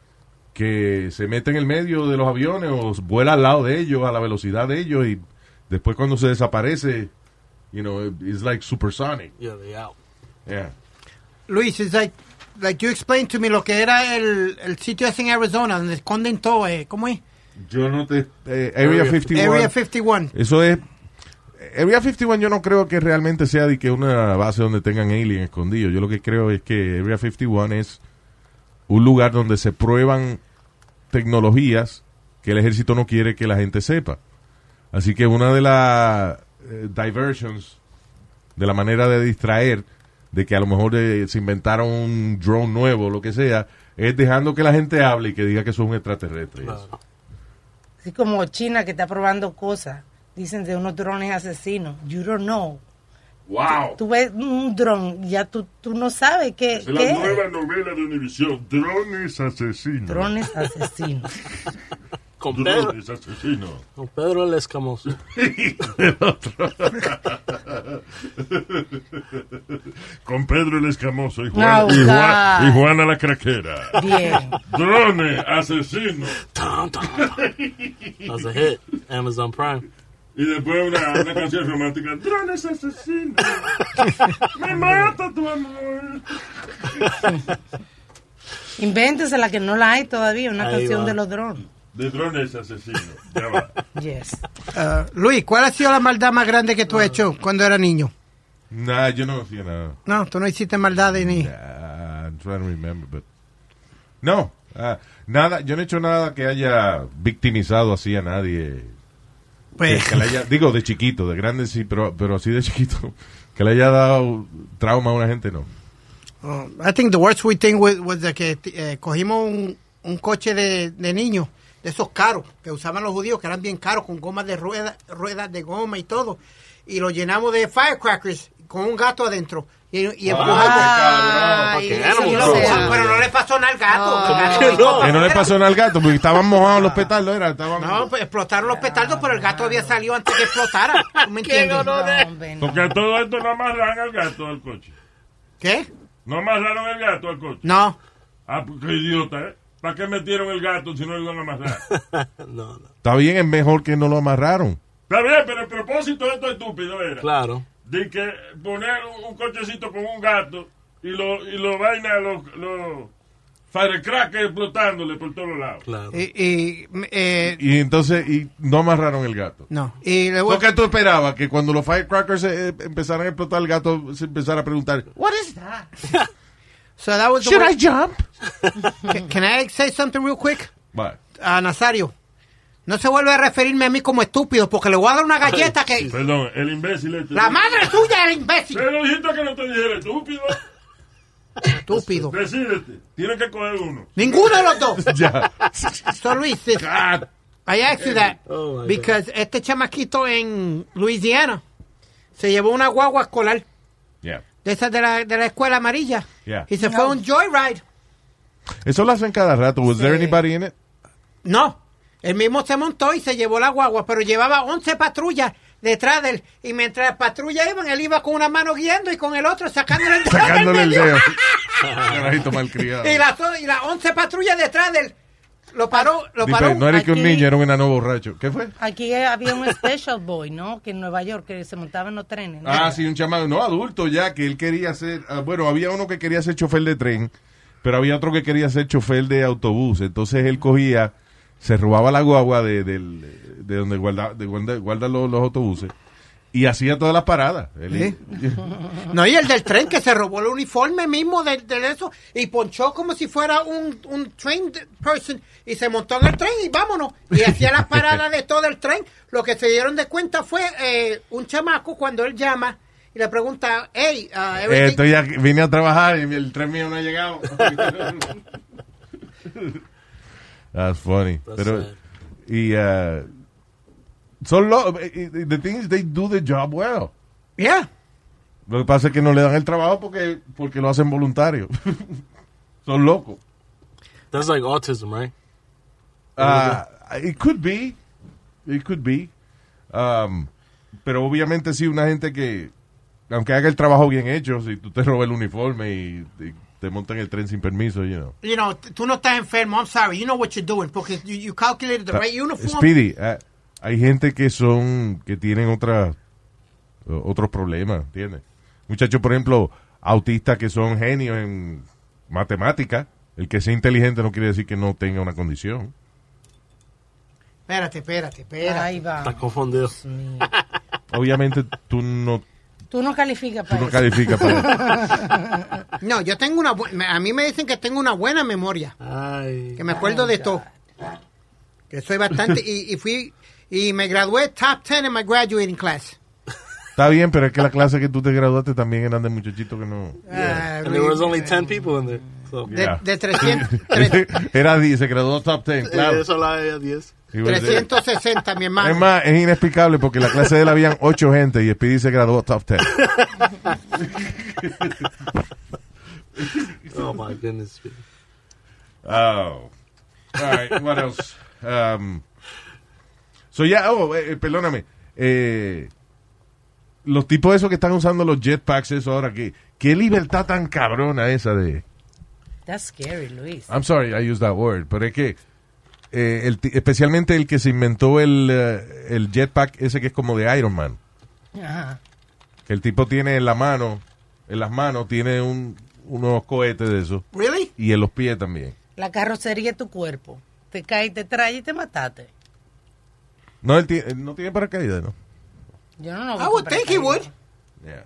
Speaker 3: que se mete en el medio de los aviones o vuela al lado de ellos a la velocidad de ellos y después cuando se desaparece you know it's like supersonic
Speaker 7: Yeah, they out.
Speaker 3: yeah
Speaker 6: Luis, it's like, like you explained to me lo que era el, el sitio ese en Arizona, donde esconden todo, eh, ¿cómo es?
Speaker 3: yo no te eh, Area 51
Speaker 6: Area 51.
Speaker 3: Eso es. eh, Area 51 yo no creo que realmente sea de que una base donde tengan alien escondido. Yo lo que creo es que Area 51 es un lugar donde se prueban tecnologías que el ejército no quiere que la gente sepa. Así que una de las eh, diversions, de la manera de distraer, de que a lo mejor eh, se inventaron un drone nuevo o lo que sea, es dejando que la gente hable y que diga que son extraterrestres. y eso.
Speaker 4: Así como China que está probando cosas. Dicen de unos drones asesinos. You don't know.
Speaker 5: Wow.
Speaker 4: Tú ves un dron, ya tú, tú no sabes qué,
Speaker 5: Es
Speaker 4: qué
Speaker 5: la
Speaker 4: es.
Speaker 5: nueva novela de Univisión. Drones asesinos.
Speaker 4: Drones asesinos.
Speaker 7: Con Pedro,
Speaker 5: Drones asesinos.
Speaker 7: con Pedro el Escamoso.
Speaker 5: Con Pedro el Escamoso y, Juana,
Speaker 4: No,
Speaker 5: y, Juan-
Speaker 4: God.
Speaker 5: y Juana la Craquera.
Speaker 4: Bien.
Speaker 5: Drones asesinos.
Speaker 7: Dun, dun, dun. That's a hit. Amazon Prime.
Speaker 5: Y después una, una canción romántica. Drones asesinos. Me mata tu amor.
Speaker 4: Invéntese la que no la hay todavía, una
Speaker 7: Ahí
Speaker 4: canción
Speaker 7: va.
Speaker 4: de los drones.
Speaker 5: De drones asesinos. Ya va.
Speaker 4: Yes.
Speaker 6: Ah, Luis, ¿cuál ha sido la maldad más grande que tú has hecho cuando eras niño?
Speaker 3: Nah, yo no hacía nada.
Speaker 6: No, tú no hiciste maldades ni...
Speaker 3: Uh, I'm trying to remember, but no, ah, nada. Yo no he hecho nada que haya victimizado así a nadie.
Speaker 6: Pues,
Speaker 3: Que le haya- digo de chiquito, de grande sí, pero pero así de chiquito que le haya dado trauma a una gente no.
Speaker 6: oh, I think the worst we think was, was the que eh, cogimos un, un coche de, de niño, de esos caros, que usaban los judíos, que eran bien caros, con gomas de ruedas, ruedas de goma y todo, y lo llenamos de firecrackers con un gato adentro. Y, y empujamos.
Speaker 4: Ay,
Speaker 7: fucking
Speaker 4: Ah, eso
Speaker 7: animal
Speaker 4: yo
Speaker 6: Pero-
Speaker 4: sé.
Speaker 7: control.
Speaker 6: pero no le pasó nada al gato.
Speaker 4: Ah.
Speaker 6: El gato
Speaker 7: ¿Cómo que no?
Speaker 3: Que no le pasó nada al gato porque estaban mojados los petardos, era, estaban
Speaker 6: Ah. No, pues explotaron los petardos, pero el gato había salido antes que explotara. ¿Tú me entiendes?
Speaker 4: No, Ah, hombre, no.
Speaker 5: Porque a todo esto no amarraron al gato al coche.
Speaker 6: ¿Qué?
Speaker 5: No amarraron el gato al coche.
Speaker 6: No.
Speaker 5: Ah, pues, qué idiota, ¿eh? ¿Para qué metieron el gato si no lo iban a amarrar?
Speaker 7: No, no.
Speaker 3: Está bien, es mejor que no lo amarraron.
Speaker 5: Está bien, pero el propósito de esto estúpido era
Speaker 7: Claro.
Speaker 5: de que poner un, un cochecito con un gato y lo, y lo vaina, los lo firecrackers explotándole por todos lados.
Speaker 7: Claro.
Speaker 6: Y, y, eh,
Speaker 3: Y entonces y no amarraron el gato.
Speaker 6: no. Y le voy-
Speaker 3: Lo que tú esperabas que cuando los firecrackers eh, empezaran a explotar el gato se empezara a preguntar,
Speaker 6: What is that? so that was the
Speaker 3: "Should I
Speaker 6: worst-
Speaker 3: jump?"
Speaker 6: Can, can I say something real quick?
Speaker 3: Bye.
Speaker 6: A Nazario. No se vuelve a referirme a mí como estúpido porque le voy a dar una galleta que...
Speaker 5: Perdón, el imbécil este.
Speaker 6: La madre suya era imbécil.
Speaker 5: Pero dijiste que no te dijera estúpido.
Speaker 6: Estúpido.
Speaker 5: Decídete, tienes que coger uno.
Speaker 6: Ninguno de los dos.
Speaker 3: Ya.
Speaker 6: So Luis, this-
Speaker 5: Ah,
Speaker 6: I asked you that
Speaker 7: Oh, my
Speaker 6: because este chamaquito en Louisiana se llevó una guagua escolar
Speaker 3: Yeah.
Speaker 6: de esas de la, de la escuela amarilla.
Speaker 3: Yeah.
Speaker 6: Y se fue a un joyride.
Speaker 3: Eso lo hacen cada rato. Was there
Speaker 6: Sí.
Speaker 3: anybody in it?
Speaker 6: No, él mismo se montó y se llevó la guagua, pero llevaba 11 patrullas detrás de él. Y mientras las patrullas iban, él iba con una mano guiando y con el otro sacándole el dedo. del
Speaker 3: Sacándole el
Speaker 6: medio.
Speaker 3: dedo. Carajito malcriado.
Speaker 6: Y las y las 11 patrullas detrás de él. Lo paró, lo
Speaker 3: Dice,
Speaker 6: paró.
Speaker 3: no era que un
Speaker 4: Aquí-
Speaker 3: niño, era un enano borracho. ¿Qué fue?
Speaker 4: Aquí había un special boy, ¿no? Que en Nueva York que se montaban los trenes. ¿no?
Speaker 3: Ah, sí, un chamado, no adulto ya, que él quería ser, ah, bueno, había uno que quería ser chofer de tren, pero había otro que quería ser chofer de autobús, entonces él cogía, se robaba la guagua de, del- de donde guarda, de guarda- guardan los, los autobuses y hacía todas las paradas. Él-
Speaker 6: No, y el del tren que se robó el uniforme mismo del de eso y ponchó como si fuera un, un train de- person y se montó en el tren y vámonos. Y hacía las paradas de todo el tren. Lo que se dieron de cuenta fue eh, un chamaco cuando él llama y le pregunta, hey, uh,
Speaker 3: Eh,
Speaker 6: everything-
Speaker 3: estoy aquí- vine a trabajar y el tren mío no ha llegado. That's funny.
Speaker 7: That's
Speaker 3: Pero,
Speaker 7: sad.
Speaker 3: y, ah, son los, the thing is they do the job well.
Speaker 6: yeah.
Speaker 3: Lo que pasa es que no le dan el trabajo porque, porque lo hacen voluntario. Son locos.
Speaker 7: That's like autism, right?
Speaker 3: Ah, it could be. It could be. Um, pero obviamente sí, una gente que, aunque haga el trabajo bien hecho, si tú te robas el uniforme y, y te montan el tren sin permiso, you know.
Speaker 6: You know, t- tú no estás enfermo, I'm sorry, you know what you're doing, porque you, you calculated the right uniform.
Speaker 3: Speedy, ah, hay gente que son, que tienen otra, o- otros problemas, ¿entiendes? Muchachos, por ejemplo, autistas que son genios en matemática. El que sea inteligente no quiere decir que no tenga una condición.
Speaker 6: Espérate, espérate, espérate.
Speaker 4: Ahí va.
Speaker 7: Está confundido.
Speaker 3: Obviamente tú no,
Speaker 4: Tú no calificas
Speaker 3: tú
Speaker 4: para
Speaker 3: no
Speaker 4: eso.
Speaker 3: calificas para
Speaker 6: No, yo tengo una bu- a mí me dicen que tengo una buena memoria,
Speaker 7: Ay.
Speaker 6: que me acuerdo de todo. Que soy bastante y, y fui y me gradué top 10 en my graduating class.
Speaker 3: Está bien, pero es que la clase que tú te graduaste también eran de muchachitos que no...
Speaker 6: Ah,
Speaker 7: And there was only 10 people in there. So.
Speaker 6: de,
Speaker 3: Yeah.
Speaker 6: de 300, tre-
Speaker 3: Era 10, se graduó top 10, claro.
Speaker 7: Eh, solo había 10.
Speaker 3: Y bueno,
Speaker 6: 360, mi hermano.
Speaker 3: Es más, es inexplicable porque en la clase de él habían 8 gente y Speedy se graduó top 10.
Speaker 7: Oh my goodness.
Speaker 3: Oh. All right, what else? Um, so ya, oh, eh, eh, perdóname. Eh, los tipos esos que están usando los jetpacks eso ahora, que qué libertad tan cabrona esa de...
Speaker 4: That's scary, Luis.
Speaker 3: I'm sorry, I used that word, pero es que eh, el ti- especialmente el que se inventó el, eh, el jetpack ese que es como de Iron Man,
Speaker 4: Ajá.
Speaker 3: que el tipo tiene en la mano, en las manos tiene un, unos cohetes de eso
Speaker 6: Really?
Speaker 3: y en los pies también.
Speaker 4: La carrocería es tu cuerpo. Te caes, te traes y te mataste.
Speaker 3: No, él ti- él no tiene paracaídas, ¿no?
Speaker 4: Yo no lo
Speaker 6: I would think he would.
Speaker 3: Yeah.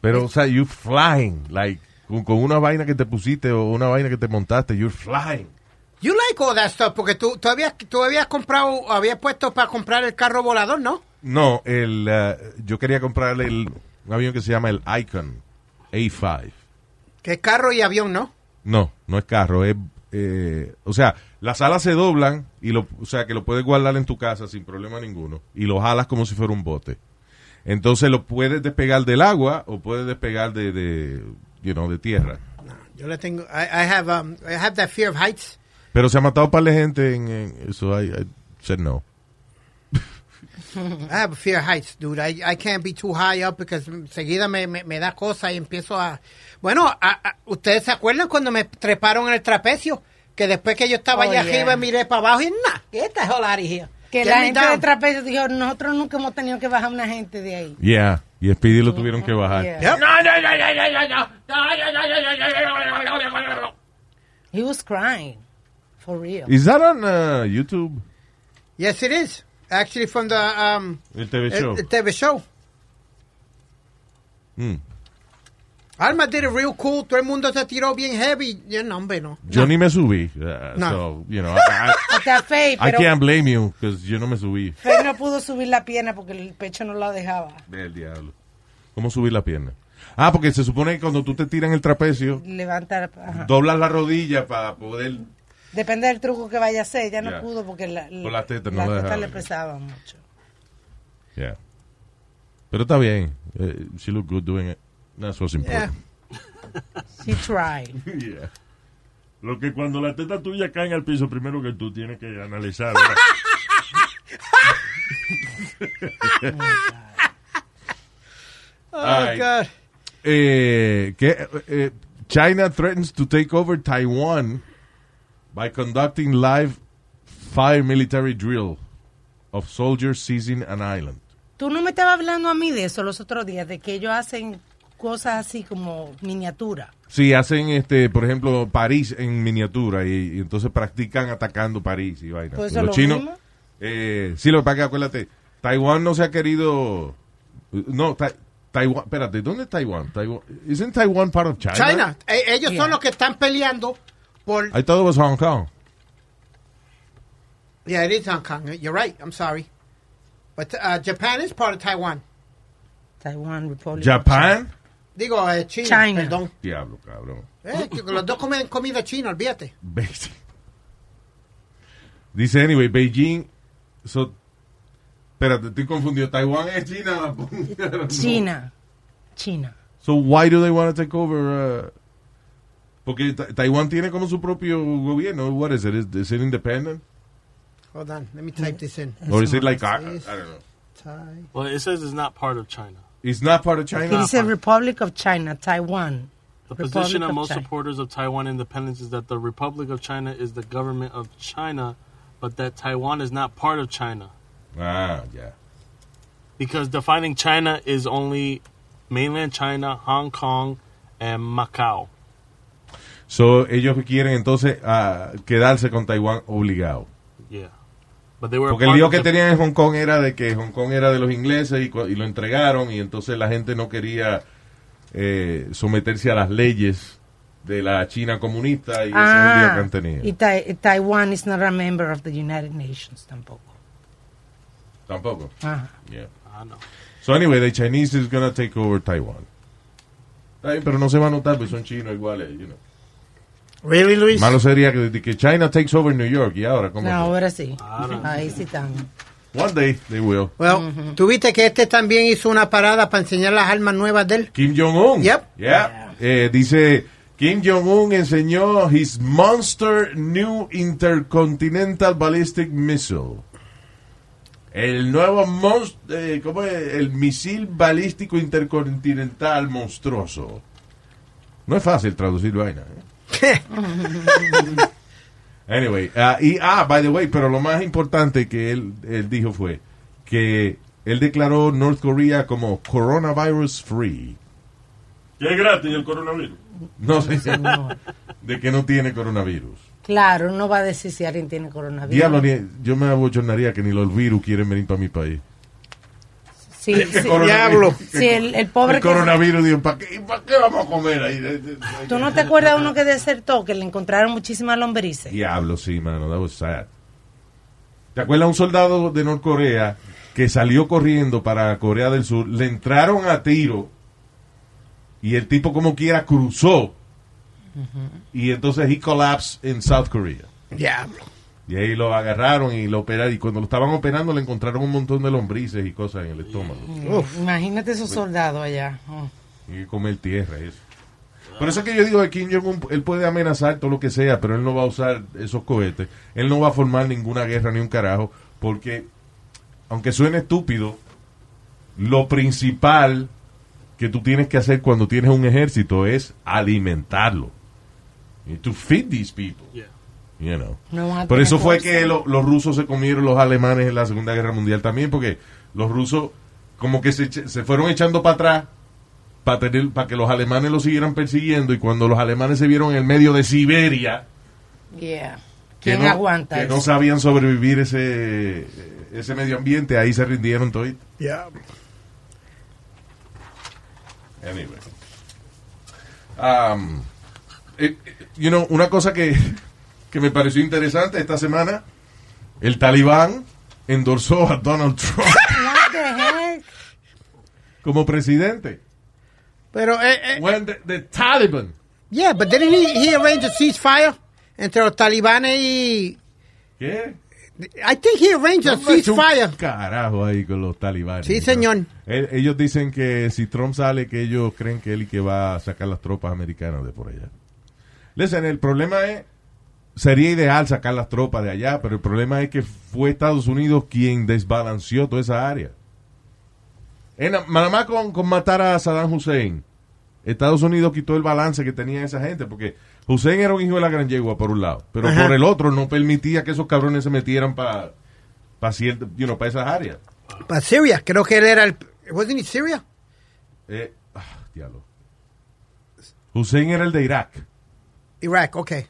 Speaker 3: Pero, o sea, you flying, like, con, con una vaina que te pusiste o una vaina que te montaste, you're flying.
Speaker 6: You like all that stuff porque tú, tú habías tú habías comprado habías puesto para comprar el carro volador, ¿no?
Speaker 3: No, el, eh, yo quería comprarle el, un avión que se llama el Icon A5.
Speaker 6: Que es carro y avión, ¿no?
Speaker 3: No, no es carro, es, eh, o sea, las alas se doblan y lo, o sea, que lo puedes guardar en tu casa sin problema ninguno y lo jalas como si fuera un bote. Entonces lo puedes despegar del agua o puedes despegar de, de, you know, de tierra.
Speaker 6: Yo le tengo I, I have um, I have that fear of heights.
Speaker 3: Pero se ha matado para la gente en, en- eso. I, I said no.
Speaker 6: I have a fear of heights, dude. I, I can't be too high up because seguida me, me, me da cosa y empiezo a... Bueno, a- a- ¿ustedes se acuerdan cuando me treparon en el trapecio? Que después que yo estaba
Speaker 4: Oh,
Speaker 6: allá
Speaker 4: yeah.
Speaker 6: arriba miré para abajo y nah, get the hell out of here.
Speaker 4: Que
Speaker 6: Get
Speaker 4: la
Speaker 6: me
Speaker 4: gente
Speaker 6: down.
Speaker 4: de trapecio dijo, nosotros nunca hemos tenido que bajar una gente de ahí.
Speaker 3: Yeah. Y Speedy lo tuvieron que bajar.
Speaker 4: Yeah.
Speaker 6: Yep.
Speaker 4: He was crying. For real.
Speaker 3: Is that on uh, YouTube?
Speaker 6: Yes, it is. Actually from the... Um,
Speaker 3: El TV
Speaker 4: Eh,
Speaker 6: el-
Speaker 3: show.
Speaker 6: el TV show.
Speaker 3: Mm.
Speaker 6: Alma did it real cool. Todo el mundo se tiró bien heavy. Yo, no, hombre, no.
Speaker 3: Yo ni me subí. uh,
Speaker 6: No.
Speaker 3: So, you know, I, I-
Speaker 4: Hasta Faye,
Speaker 3: I
Speaker 4: pero
Speaker 3: can't blame you because yo no me subí.
Speaker 4: Faye no pudo subir la pierna porque el pecho no la dejaba.
Speaker 3: Del diablo. ¿Cómo subir la pierna? Ah, porque se supone que cuando tú te tiras en el trapecio,
Speaker 4: Levantar. ajá.
Speaker 3: doblas la rodilla para poder...
Speaker 4: Depende del truco que vaya a hacer. Ella no
Speaker 3: Yeah.
Speaker 4: pudo porque la, la-
Speaker 3: Con las tetas no
Speaker 4: las
Speaker 3: la
Speaker 4: tetas
Speaker 3: dejaba.
Speaker 4: le pesaban mucho.
Speaker 3: Yeah. Pero está bien. Eh, she looked good doing it. That's what's important.
Speaker 4: She tried.
Speaker 5: Yeah. Lo que cuando la teta tuya cae en el piso, primero que tú tienes que analizarla.
Speaker 6: Oh,
Speaker 3: All right. Eh, que, eh, China threatens to take over Taiwan by conducting live fire military drill of soldiers seizing an island.
Speaker 4: Tú no me estabas hablando a mí de eso los otros días, de que ellos hacen cosas así como miniatura.
Speaker 3: Sí, hacen, este, por ejemplo, París en miniatura y, y entonces practican atacando París y vaina.
Speaker 4: Pues
Speaker 3: Y
Speaker 4: eso
Speaker 3: los
Speaker 4: lo
Speaker 3: chinos,
Speaker 4: mismo.
Speaker 3: eh, sí, lo que pasa es que acuérdate, Taiwán no se ha querido, no, Ta- Taiwán, espérate, ¿dónde es Taiwán? Taiwán, ¿isn't Taiwan part of China?
Speaker 9: China,
Speaker 6: Eh, ellos
Speaker 4: Yeah.
Speaker 6: son los que están peleando por...
Speaker 3: I thought it was Hong Kong.
Speaker 9: Yeah, it is Hong Kong.
Speaker 6: You're right, I'm sorry. But uh, Japan is part of Taiwan.
Speaker 4: Taiwan Republic.
Speaker 3: Japan.
Speaker 6: Digo, eh, China,
Speaker 4: China. Oh.
Speaker 6: perdón.
Speaker 3: Diablo, cabrón.
Speaker 6: Eh, que los dos comen comida china, olvídate.
Speaker 3: Beijing. Dice, anyway, Beijing. So, espérate, estoy confundido. Taiwán es China.
Speaker 4: China. China.
Speaker 3: So, why do they want to take over? uh, porque Ta- Taiwán tiene como su propio gobierno. What is it? Is, is it independent?
Speaker 9: Hold on, let me type this in.
Speaker 3: Or is it like, I, I don't know.
Speaker 9: Tai-
Speaker 7: Well, it says it's not part of China.
Speaker 3: It's not part of
Speaker 4: It
Speaker 3: China.
Speaker 4: is a Republic of China, Taiwan.
Speaker 7: The
Speaker 4: Republic
Speaker 7: position of
Speaker 4: of
Speaker 7: most
Speaker 4: China.
Speaker 7: supporters of Taiwan independence is that the Republic of China is the government of China, but that Taiwan is not part of China.
Speaker 3: Ah, yeah.
Speaker 7: Because defining China is only mainland China, Hong Kong, and Macau.
Speaker 3: So, ellos quieren entonces ah, quedarse con Taiwán obligado.
Speaker 7: Yeah. But they were a
Speaker 3: Porque el
Speaker 7: part
Speaker 3: lío
Speaker 7: of
Speaker 3: que
Speaker 7: the-
Speaker 3: tenían en Hong Kong era de que Hong Kong era de los ingleses y, cu- y lo entregaron y entonces la gente no quería eh, someterse a las leyes de la China comunista y ese es el lío que han tenido.
Speaker 4: Ah, y Tai- Taiwan is not a member of the United Nations tampoco.
Speaker 3: Tampoco.
Speaker 4: Ajá.
Speaker 3: Yeah.
Speaker 7: Ah, no.
Speaker 3: So anyway, the Chinese is gonna take over Taiwan. Está bien, pero no se va a notar porque son chinos iguales. You know.
Speaker 9: Really, Luis?
Speaker 3: Malo sería que, que China takes over New York y ahora cómo.
Speaker 4: No,
Speaker 3: fue?
Speaker 4: ahora sí.
Speaker 7: Ahora.
Speaker 4: Ahí sí estamos.
Speaker 3: One day they will.
Speaker 9: Well,
Speaker 4: Mm-hmm.
Speaker 9: tuviste que este también hizo una parada para enseñar las armas nuevas de él.
Speaker 3: Kim Jong-un.
Speaker 9: Yep.
Speaker 3: Yeah. Eh, dice, Kim Jong-un enseñó his monster new intercontinental ballistic missile. El nuevo monst eh, ¿cómo es? El misil balístico intercontinental monstruoso. No es fácil traducir vaina. ¿eh? anyway, ah, y ah, by the way, pero lo más importante que él, él dijo fue que él declaró North Korea como coronavirus free.
Speaker 5: que es gratis el coronavirus.
Speaker 3: No sé. De que no tiene coronavirus.
Speaker 4: Claro, no va a decir si alguien tiene coronavirus.
Speaker 3: Diablo, ni- yo me abochornaría que ni los virus quieren venir para mi país.
Speaker 4: Sí, sí.
Speaker 3: Diablo.
Speaker 4: Sí, el, el pobre
Speaker 3: El
Speaker 4: que-
Speaker 3: coronavirus, digo, ¿para qué, pa' qué vamos a comer ahí?
Speaker 4: ¿Tú no te acuerdas de uno que desertó, que le encontraron muchísimas lombrices?
Speaker 3: Diablo, sí, mano, that was sad. ¿Te acuerdas un soldado de Norcorea que salió corriendo para Corea del Sur? Le entraron a tiro y el tipo como quiera cruzó y entonces he collapsed en South Korea.
Speaker 9: Diablo.
Speaker 3: Y ahí lo agarraron y lo operaron. Y cuando lo estaban operando le encontraron un montón de lombrices y cosas en el estómago.
Speaker 4: Imagínate esos soldados allá. Oh.
Speaker 3: Y comer tierra, eso. Por eso es que yo digo que Kim Jong-un, él puede amenazar todo lo que sea, pero él no va a usar esos cohetes. Él no va a formar ninguna guerra ni un carajo, porque, aunque suene estúpido, lo principal que tú tienes que hacer cuando tienes un ejército es alimentarlo. Y to feed these people,
Speaker 7: Yeah.
Speaker 3: you know.
Speaker 4: No van a
Speaker 3: Por
Speaker 4: tener
Speaker 3: eso fue
Speaker 4: fuerza.
Speaker 3: que lo- los rusos se comieron los alemanes en la Segunda Guerra Mundial también, porque los rusos como que se, eche- se fueron echando para atrás para tener para que los alemanes los siguieran persiguiendo y cuando los alemanes se vieron en el medio de Siberia
Speaker 4: Yeah.
Speaker 3: que
Speaker 4: ¿Quién
Speaker 3: no-
Speaker 4: aguanta
Speaker 3: que
Speaker 4: eso?
Speaker 3: no sabían sobrevivir ese ese medio ambiente ahí se rindieron todo
Speaker 9: Diablo.
Speaker 3: Anyway. Um, eh, eh, you know, una cosa que, que me pareció interesante esta semana, el talibán endorsó a Donald Trump
Speaker 4: What the heck?
Speaker 3: como presidente.
Speaker 9: Pero, eh, eh,
Speaker 3: When the, the Taliban.
Speaker 9: yeah, but didn't he, he arrange a ceasefire entre los talibanes y
Speaker 3: ¿Qué?
Speaker 9: I think he arranged a
Speaker 3: Hombre, es un
Speaker 9: ceasefire.
Speaker 3: Carajo ahí con los talibanes.
Speaker 9: Sí, señor.
Speaker 3: El- ellos dicen que si Trump sale, que ellos creen que él y que va a sacar las tropas americanas de por allá. Listen, el problema es, sería ideal sacar las tropas de allá, pero el problema es que fue Estados Unidos quien desbalanceó toda esa área. En, nada más con, con matar a Saddam Hussein, Estados Unidos quitó el balance que tenía esa gente, porque Hussein era un hijo de la gran yegua por un lado, pero
Speaker 9: Ajá.
Speaker 3: por el otro no permitía que esos cabrones se metieran para para para esas áreas.
Speaker 9: Para Siria, creo que él era el. ¿Wasn't he Siria?
Speaker 3: Eh, ah, diablo. Hussein era el de Irak.
Speaker 9: Iraq, ok.
Speaker 5: ¿Eh?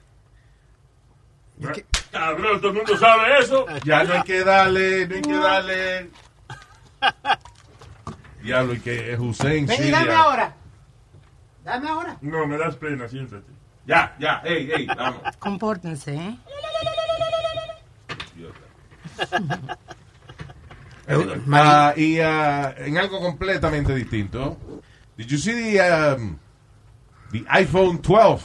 Speaker 5: Cabrón, todo el mundo sabe eso.
Speaker 3: Ya no hay que darle, no hay que darle. Diablo, y que eh, Hussein.
Speaker 6: Ven y
Speaker 3: Siria.
Speaker 6: dame ahora. Dame ahora.
Speaker 5: No, me das pena, siéntate.
Speaker 3: Ya, ya, hey, hey, vamos.
Speaker 4: Compórtense, ¿eh? Eh,
Speaker 3: Anyway, ah, y ah, en algo completamente distinto. Did you see the, um, the iPhone 12?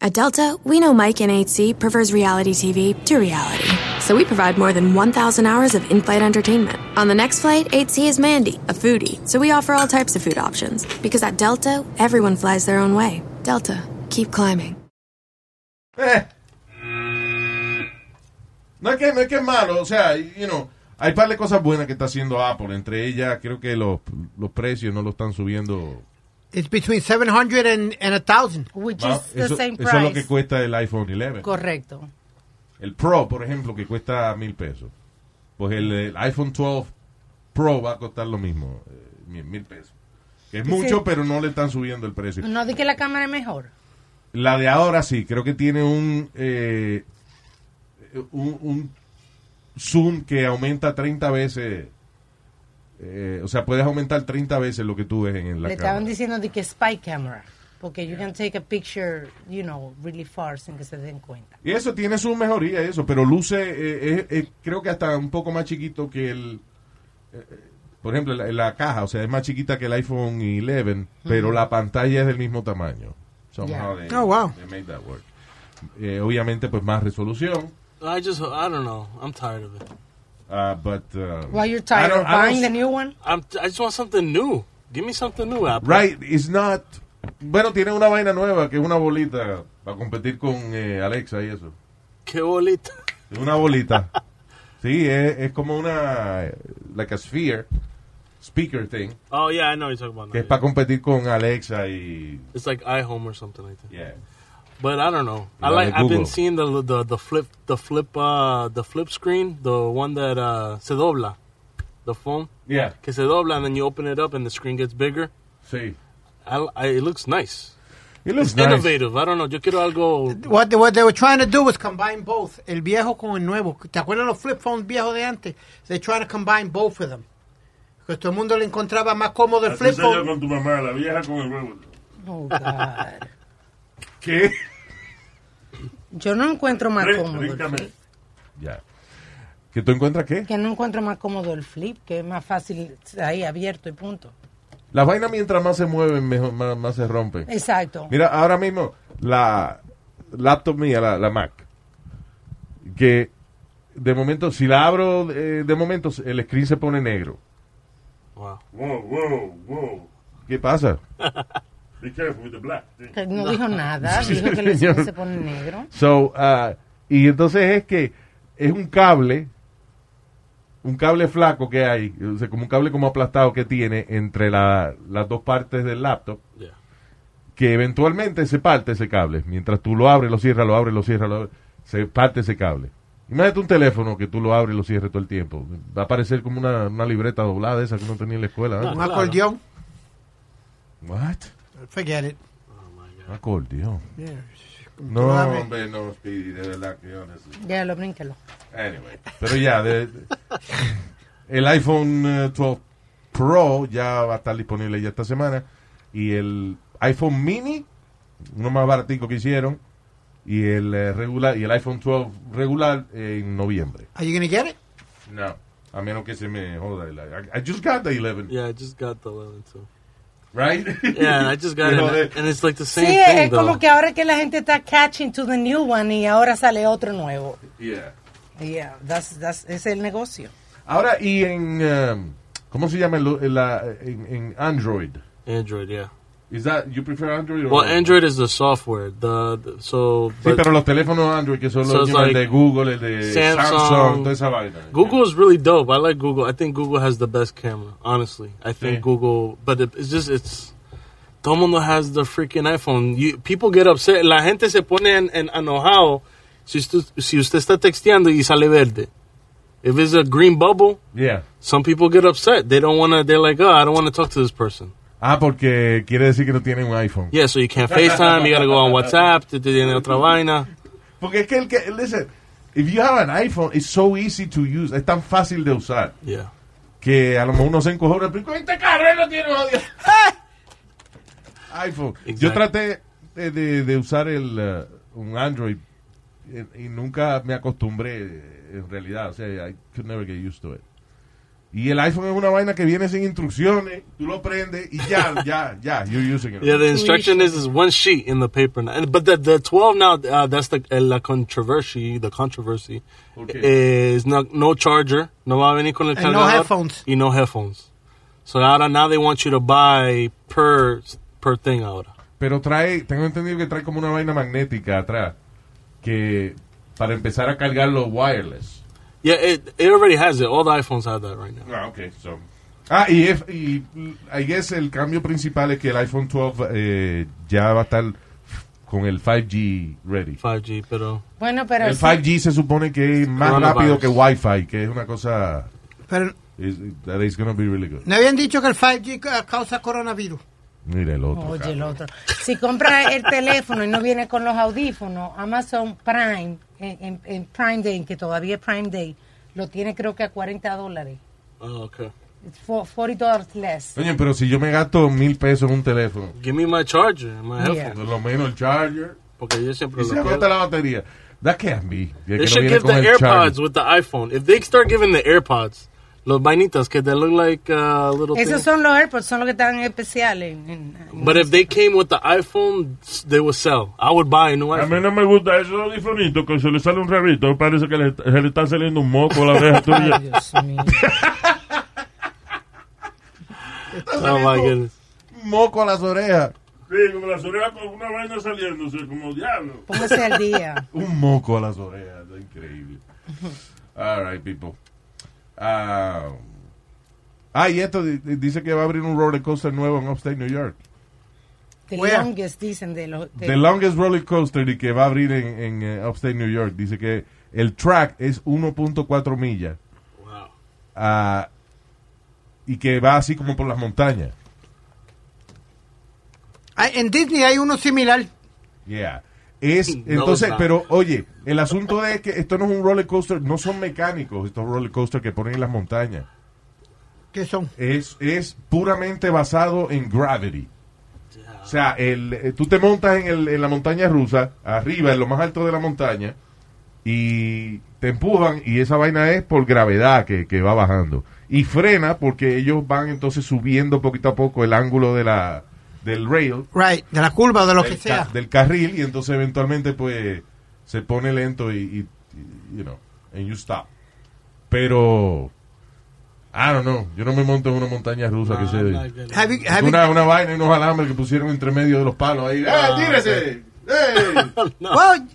Speaker 8: At Delta, we know Mike in 8C prefers reality TV to reality. So we provide more than 1,000 hours of in flight entertainment. On the next flight, 8C is Mandy, a foodie. So we offer all types of food options. Because at Delta, everyone flies their own way. Delta, keep climbing.
Speaker 3: Eh. No es que no es que es malo, o sea, you know, hay par de cosas buenas que está haciendo Apple, entre ellas creo que los, los precios no lo están subiendo.
Speaker 9: It's between 700 and, and 1000.
Speaker 4: Which
Speaker 3: Ah,
Speaker 4: is the
Speaker 3: Eso,
Speaker 4: same
Speaker 3: eso es lo
Speaker 4: price.
Speaker 3: que cuesta el iPhone 11.
Speaker 4: Correcto.
Speaker 3: El Pro, por ejemplo, que cuesta mil pesos. Pues el, el iPhone 12 Pro va a costar lo mismo, eh, mil mil pesos. Que es mucho, pero no le están subiendo el precio.
Speaker 4: No di que la cámara es mejor.
Speaker 3: La de ahora sí, creo que tiene un, eh, un, un zoom que aumenta 30 veces. eh, o sea, puedes aumentar 30 veces lo que tú ves en la cámara.
Speaker 4: Le estaban diciendo de que spy camera. Porque you can take a picture, you know, really far sin que se den cuenta.
Speaker 3: Y eso tiene su mejoría, eso, pero luce, eh, es- es- creo que hasta un poco más chiquito que el. eh, eh, por ejemplo, la, la caja, o sea, es más chiquita que el iPhone 11, pero la pantalla es del mismo tamaño. Somehow they-
Speaker 9: Oh, wow.
Speaker 3: they made that work. Eh, obviamente, pues más resolución.
Speaker 7: I just, I don't know. I'm tired of it.
Speaker 3: Uh, but uh,
Speaker 4: Why you're
Speaker 3: I
Speaker 4: tired
Speaker 3: don't-
Speaker 4: of
Speaker 3: I don't
Speaker 4: buying the
Speaker 3: s-
Speaker 4: new one?
Speaker 7: I'm, I just want something new. Give me something new, Apple.
Speaker 3: Right, it's not. Bueno, tiene una vaina nueva que es una bolita para competir con eh, Alexa y eso.
Speaker 7: Qué bolita.
Speaker 3: Es una bolita. sí, es, es como una. eh, Like a sphere. Speaker thing.
Speaker 7: Oh, yeah, I know what you're talking about.
Speaker 3: Que
Speaker 7: now,
Speaker 3: es
Speaker 7: yeah.
Speaker 3: para competir con Alexa y.
Speaker 7: It's like iHome or something like that.
Speaker 3: Yeah.
Speaker 7: But I don't know.
Speaker 3: Yeah,
Speaker 7: I like.
Speaker 3: like
Speaker 7: I've
Speaker 3: Google.
Speaker 7: been seeing the the the flip the flip uh the flip screen, the one that uh se dobla, the phone
Speaker 3: Yeah.
Speaker 7: que se dobla, and then you open it up and the screen gets bigger.
Speaker 3: Sí.
Speaker 7: I, I- it looks nice.
Speaker 3: It looks
Speaker 7: It's
Speaker 3: nice.
Speaker 7: innovative. I don't know. Yo quiero algo.
Speaker 9: What they, what they were trying to do was combine both, el viejo con el nuevo. ¿Te acuerdas los flip phones viejos de antes? They trying to combine both of them. Que todo el mundo le encontraba más cómodo el
Speaker 5: Así
Speaker 9: flip
Speaker 5: soy yo
Speaker 9: phone.
Speaker 5: con tu mamá, la vieja con el huevo.
Speaker 4: Oh, God.
Speaker 3: ¿Qué?
Speaker 4: Yo no encuentro más
Speaker 5: Rí-
Speaker 4: cómodo. el
Speaker 5: ríncame.
Speaker 4: flip.
Speaker 3: Ya. ¿Que tú encuentras qué?
Speaker 4: Que no encuentro más cómodo el flip, que es más fácil ahí abierto y punto.
Speaker 3: Las vainas mientras más se mueven, mejor, más, más se rompen.
Speaker 4: Exacto.
Speaker 3: Mira, ahora mismo la laptop mía, la, la Mac, que de momento, si la abro, eh, de momento el screen se pone negro.
Speaker 7: Wow.
Speaker 5: Wow, wow, wow.
Speaker 3: ¿Qué pasa?
Speaker 5: Be careful with the black. thing.
Speaker 4: Que No, dijo nada, dijo que
Speaker 3: Sí,
Speaker 4: el
Speaker 3: señor.
Speaker 4: screen se pone negro.
Speaker 3: So, ah, y entonces es que es un cable, un cable flaco que hay, o sea, como un cable como aplastado que tiene entre la- las dos partes del laptop,
Speaker 7: Yeah.
Speaker 3: que eventualmente se parte ese cable. Mientras tú lo abres, lo cierras, lo abres, lo cierras, lo abres, se parte ese cable. Imagínate un teléfono que tú lo abres y lo cierres todo el tiempo. Va a parecer como una, una libreta doblada esa que uno tenía en la escuela.
Speaker 9: Un
Speaker 3: ¿eh?
Speaker 7: Claro.
Speaker 9: acordeón.
Speaker 3: What?
Speaker 9: Forget it.
Speaker 3: Un acordeón.
Speaker 9: Yeah.
Speaker 3: No, hombre, no, Speedy, de verdad que yo necesito.
Speaker 4: Ya, lo brínquelo.
Speaker 3: Anyway, pero ya, de- de- el iPhone eh, 12 Pro ya va a estar disponible ya esta semana. Y el iPhone Mini, uno más baratico que hicieron, y el eh, regular y el iPhone 12 regular eh, en noviembre.
Speaker 9: Are you gonna get it?
Speaker 3: No, a menos que se me joda. el- I, I just got the 11.
Speaker 7: Yeah, I just got the 11 too.
Speaker 3: Right?
Speaker 7: Yeah, I just got
Speaker 3: You
Speaker 7: it.
Speaker 3: know, eh,
Speaker 7: and-
Speaker 3: they-
Speaker 7: and it's like the
Speaker 4: Sí,
Speaker 7: same
Speaker 4: es
Speaker 7: thing, though.
Speaker 4: como que ahora que la gente está catching to the new one y ahora sale otro nuevo.
Speaker 3: Yeah.
Speaker 4: Yeah, that's, that's, ese es el negocio.
Speaker 3: Ahora, y en. um, ¿Cómo se llama el- el- la- en, en Android?
Speaker 7: Android, yeah.
Speaker 3: Is that, you prefer Android? or-
Speaker 7: Well, Android is the software. The, the- so
Speaker 3: Sí, pero los teléfonos Android, que son los
Speaker 7: So it's
Speaker 3: you know, el de
Speaker 7: Pues, like
Speaker 3: Google, el de Samsung, toda esa vaina.
Speaker 7: Google is really dope. I like Google. I think Google has the best camera. Honestly, I
Speaker 3: Sí.
Speaker 7: think Google. But it- it's just it's. Todo mundo has the freaking iPhone. You, people get upset. La gente se pone en, en enojado si usted, si usted está texteando y sale verde. If it's a green bubble,
Speaker 3: Yeah.
Speaker 7: some people get upset. They don't want to. They're like, oh, I don't want to talk to this person.
Speaker 3: Ah, porque quiere decir que no tienen un iPhone.
Speaker 7: Yeah, so you can't FaceTime. You gotta go on WhatsApp. Te te tiene otra vaina.
Speaker 3: Porque es que el que, listen, if you have an iPhone, it's so easy to use, es tan fácil de usar.
Speaker 7: Yeah.
Speaker 3: Que a lo mejor uno se encojona, pero ¿cómo este cabrón no tiene un audio? iPhone. Yo
Speaker 7: Exacto.
Speaker 3: traté de, de- de usar el, eh, un Android eh, y, nunca me acostumbré eh, en realidad. O sea, I could never get used to it. Y el iPhone es una vaina que viene sin instrucciones, tú lo prendes y ya, ya, ya, you're using it.
Speaker 7: Yeah, the instruction is is one sheet in the paper, now. And- but the the twelve now uh, that's the uh, la controversy. The controversy
Speaker 3: Okay.
Speaker 7: is no no charger, no va a venir con el
Speaker 9: And no
Speaker 7: cargador,
Speaker 9: headphones.
Speaker 7: y no headphones. So ahora now they want you to buy per per thing ahora.
Speaker 3: Pero trae, tengo entendido que trae como una vaina magnética atrás, que para empezar a cargarlo wireless.
Speaker 7: Yeah, it it already has it. All the iPhones have that right now.
Speaker 3: Ah, okay. So. Ah, y, es- y mm, I guess el cambio principal es que el iPhone 12 eh, ya va a estar con el 5G ready.
Speaker 5: Ah,
Speaker 7: 5G, pero...
Speaker 4: Bueno, pero
Speaker 3: el
Speaker 4: sí.
Speaker 3: 5G se supone que es más rápido que Wi-Fi, que es una cosa...
Speaker 9: Pero-
Speaker 3: is- that is gonna be really good.
Speaker 9: No habían dicho que el 5G ca- causa coronavirus.
Speaker 3: Mira el otro.
Speaker 4: Oye,
Speaker 3: cabrón.
Speaker 4: el otro. Si compras el teléfono y no viene con los audífonos, Amazon Prime, en, en- en Prime Day, que todavía es Prime Day, lo tiene creo que a 40 dólares.
Speaker 7: Oh, okay.
Speaker 4: It's fo- 40 dólares less.
Speaker 3: Coño, pero si yo me gasto mil pesos en un teléfono,
Speaker 7: Give me my charger, and my
Speaker 4: Yeah.
Speaker 7: headphones.
Speaker 3: por lo menos el charger,
Speaker 7: Porque yo siempre
Speaker 3: y se
Speaker 7: lo
Speaker 3: agota la batería. That can't be. Ya que
Speaker 7: They
Speaker 3: no
Speaker 7: should
Speaker 3: viene
Speaker 5: este
Speaker 7: give the
Speaker 3: con el charger.
Speaker 7: AirPods with the iPhone. If they start giving the AirPods, los vainitas, que they look like uh, little
Speaker 4: Esos
Speaker 7: things.
Speaker 4: son los AirPods, son los que están especiales. en- en-
Speaker 7: But if they came with the iPhone, they would sell. I would buy a new
Speaker 5: A mí
Speaker 7: iPhone.
Speaker 5: no me gusta esos audifonitos que se le sale un rabito. Parece que le, se le está saliendo un moco a la oreja tuya.
Speaker 4: Dios mío.
Speaker 7: Oh my goodness.
Speaker 3: moco a las orejas.
Speaker 5: Sí, como las orejas con una vaina saliéndose, como diablo.
Speaker 4: Póngase al día.
Speaker 3: Un moco a las orejas. Está increíble. All right, people. Ah, ah, y esto di- di- dice que va a abrir un roller coaster nuevo en Upstate New York.
Speaker 4: The
Speaker 9: Where?
Speaker 4: longest, dicen de los. de-
Speaker 3: The longest roller coaster y que va a abrir en, en, eh, Upstate New York. Dice que el track es 1.4 millas.
Speaker 7: Wow.
Speaker 3: ah, y que va así como por las montañas.
Speaker 9: Ah, En Disney hay uno similar.
Speaker 3: Yeah. Es,
Speaker 7: No,
Speaker 3: entonces,
Speaker 7: no.
Speaker 3: pero oye, el asunto es que esto no es un roller coaster, no son mecánicos estos roller coasters que ponen en las montañas.
Speaker 9: que son?
Speaker 3: Es, es puramente basado en gravity. O sea, el, eh, tú te montas en, el- en la montaña rusa, arriba, en lo más alto de la montaña, y te empujan, y esa vaina es por gravedad que, que va bajando. Y frena porque ellos van entonces subiendo poquito a poco el ángulo de la, del rail,
Speaker 9: Right, de la curva o de lo que
Speaker 3: del,
Speaker 9: sea.
Speaker 3: ca- del carril y entonces eventualmente pues se pone lento y, y- y, you know, and you stop. Pero I don't know, yo no me monto en una montaña rusa que
Speaker 7: I'm not
Speaker 3: se
Speaker 7: getting it.
Speaker 9: Have you- have you-
Speaker 3: una, una vaina y unos alambres que pusieron entre medio de los palos
Speaker 9: Eh,
Speaker 3: ahí. ¡Ah, tírese! ¡Ey!
Speaker 9: Well,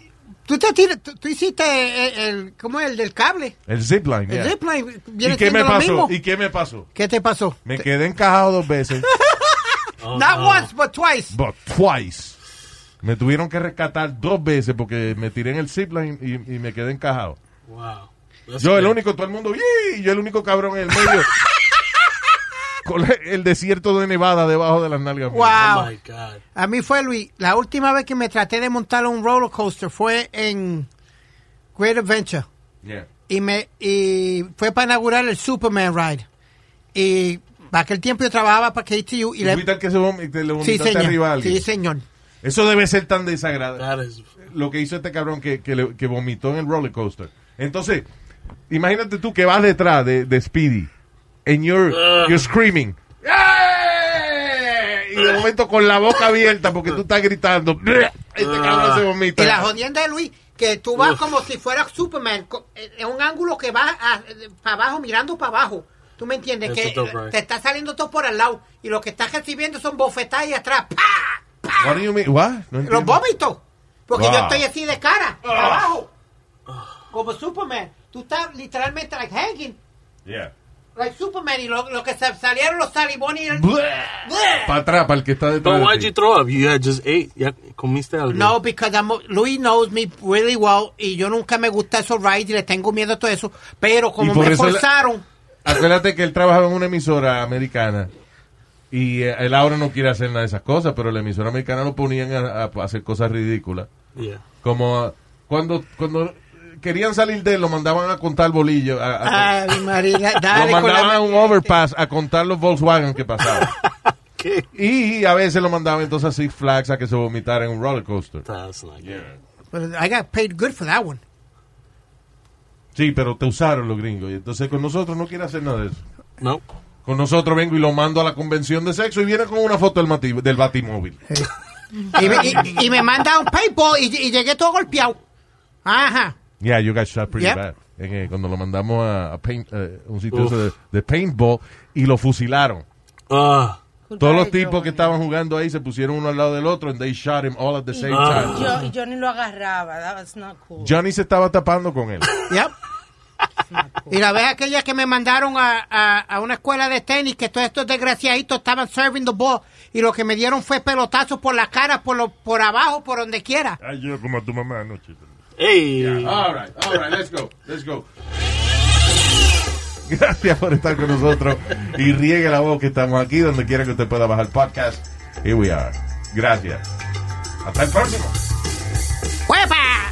Speaker 9: tú, te tiras- tú, tú hiciste el, el- ¿cómo es? El del cable.
Speaker 3: El zipline. yeah.
Speaker 9: El zipline. Viene
Speaker 3: ¿Y qué
Speaker 9: siendo
Speaker 3: me
Speaker 9: lo
Speaker 3: pasó?
Speaker 9: mismo.
Speaker 3: ¿Y qué me pasó?
Speaker 9: ¿Qué te pasó?
Speaker 3: Me quedé encajado dos veces,
Speaker 9: Not once, but twice.
Speaker 3: but twice. Me tuvieron que rescatar dos veces porque me tiré en el zipline y, y me quedé encajado.
Speaker 7: Wow. That's
Speaker 3: Yo el
Speaker 7: great.
Speaker 3: único, todo el mundo, "Yee", y yo el único cabrón en el medio. con el desierto de Nevada debajo de las nalgas. mías.
Speaker 7: Oh,
Speaker 6: Wow. A mí fue Luis, la última vez que me traté de montar un roller coaster fue en Great Adventure
Speaker 3: Yeah.
Speaker 6: y me y fue para inaugurar el Superman ride. Y para aquel tiempo yo trabajaba para KTU y
Speaker 3: Y evitar que se vom- te le
Speaker 6: Sí,
Speaker 3: vomitaste
Speaker 6: señor.
Speaker 3: arriba a alguien.
Speaker 6: Sí, señor.
Speaker 3: Eso debe ser tan desagradable. Lo que hizo este cabrón que, que, le- que vomitó en el roller coaster. Entonces, imagínate tú que vas detrás de, de Speedy. And you're, you're screaming. ¡Eh! Y de momento con la boca abierta porque tú estás gritando. Este cabrón se vomita.
Speaker 6: Y la jodienda de Luis, que tú vas
Speaker 3: Uf.
Speaker 6: como si fueras Superman, co- eh, en un ángulo que vas a- eh, para abajo, mirando para abajo. ¿Tú me entiendes?
Speaker 3: Eso
Speaker 6: que
Speaker 3: está
Speaker 6: eh,
Speaker 3: right.
Speaker 6: te está saliendo todo por al lado y lo que estás recibiendo son bofetadas y atrás. ¡pa!
Speaker 3: What do you mean? What? No
Speaker 6: Los
Speaker 3: entiendo.
Speaker 6: vómitos. Porque
Speaker 3: Wow.
Speaker 6: yo estoy así de
Speaker 3: Ah.
Speaker 6: cara, para abajo. Como Superman. Tú estás literalmente like hanging,
Speaker 3: Yeah.
Speaker 6: like Superman. Y lo, lo que se- salieron los salibones y el...
Speaker 3: Para atrás, para el que está detrás
Speaker 7: But
Speaker 3: de
Speaker 7: why'd
Speaker 3: ti.
Speaker 7: you throw up? You had just ate. Ya comiste algo.
Speaker 6: No, because I'm, Luis knows me really well y yo nunca me gusta esos rides y le tengo miedo a todo eso. Pero como
Speaker 3: Y por
Speaker 6: me
Speaker 3: eso la-
Speaker 6: forzaron,
Speaker 3: Acuérdate que él trabajaba en una emisora americana y eh, él ahora no quiere hacer nada de esas cosas, pero la emisora americana lo ponían a, a hacer cosas ridículas.
Speaker 7: Yeah.
Speaker 3: Como ah, cuando cuando querían salir de él, lo mandaban a contar bolillos. a- a-
Speaker 6: Ay, María, Ah, dale
Speaker 3: lo
Speaker 6: con
Speaker 3: Ah, pues. mandaban
Speaker 6: la-
Speaker 3: a un overpass a contar los Volkswagen que pasaban. Y a veces lo mandaban entonces a Six Flags a que se vomitara en un roller coaster. Yeah.
Speaker 6: But Pues, I got paid good for that one.
Speaker 3: Sí, pero te usaron los gringos. Y entonces con nosotros no quiere hacer nada de eso.
Speaker 7: No.
Speaker 3: Con nosotros vengo y lo mando a la convención de sexo y viene con una foto del, mati- del batimóvil.
Speaker 6: Y me, y- y me manda un paintball y, y llegué todo golpeado. Ajá.
Speaker 3: Yeah, you guys shot pretty
Speaker 6: Yep.
Speaker 3: bad. En, eh, cuando lo mandamos a, a paint- eh, un sitio
Speaker 7: Uf.
Speaker 3: ese de, de paintball y lo fusilaron.
Speaker 7: Uh,
Speaker 3: Todos los tipos que estaban jugando ahí se pusieron uno al lado del otro and they shot him all at the same time.
Speaker 4: Yo, y yo ni lo agarraba. That was not cool.
Speaker 3: Johnny se estaba tapando con él.
Speaker 6: Yep. Y la vez aquella que me mandaron a, a- a una escuela de tenis, que todos estos desgraciaditos estaban serving the ball, y lo que me dieron fue pelotazos por la cara, por, lo, por abajo, por donde quiera.
Speaker 11: Ay, yo como a tu mamá anoche.
Speaker 7: Hey.
Speaker 3: All right, all right, let's go, let's go. Gracias por estar con nosotros y riegue la voz que estamos aquí donde quiera que usted pueda bajar podcast. Here we are. Gracias. Hasta el próximo.
Speaker 6: ¡Huepa!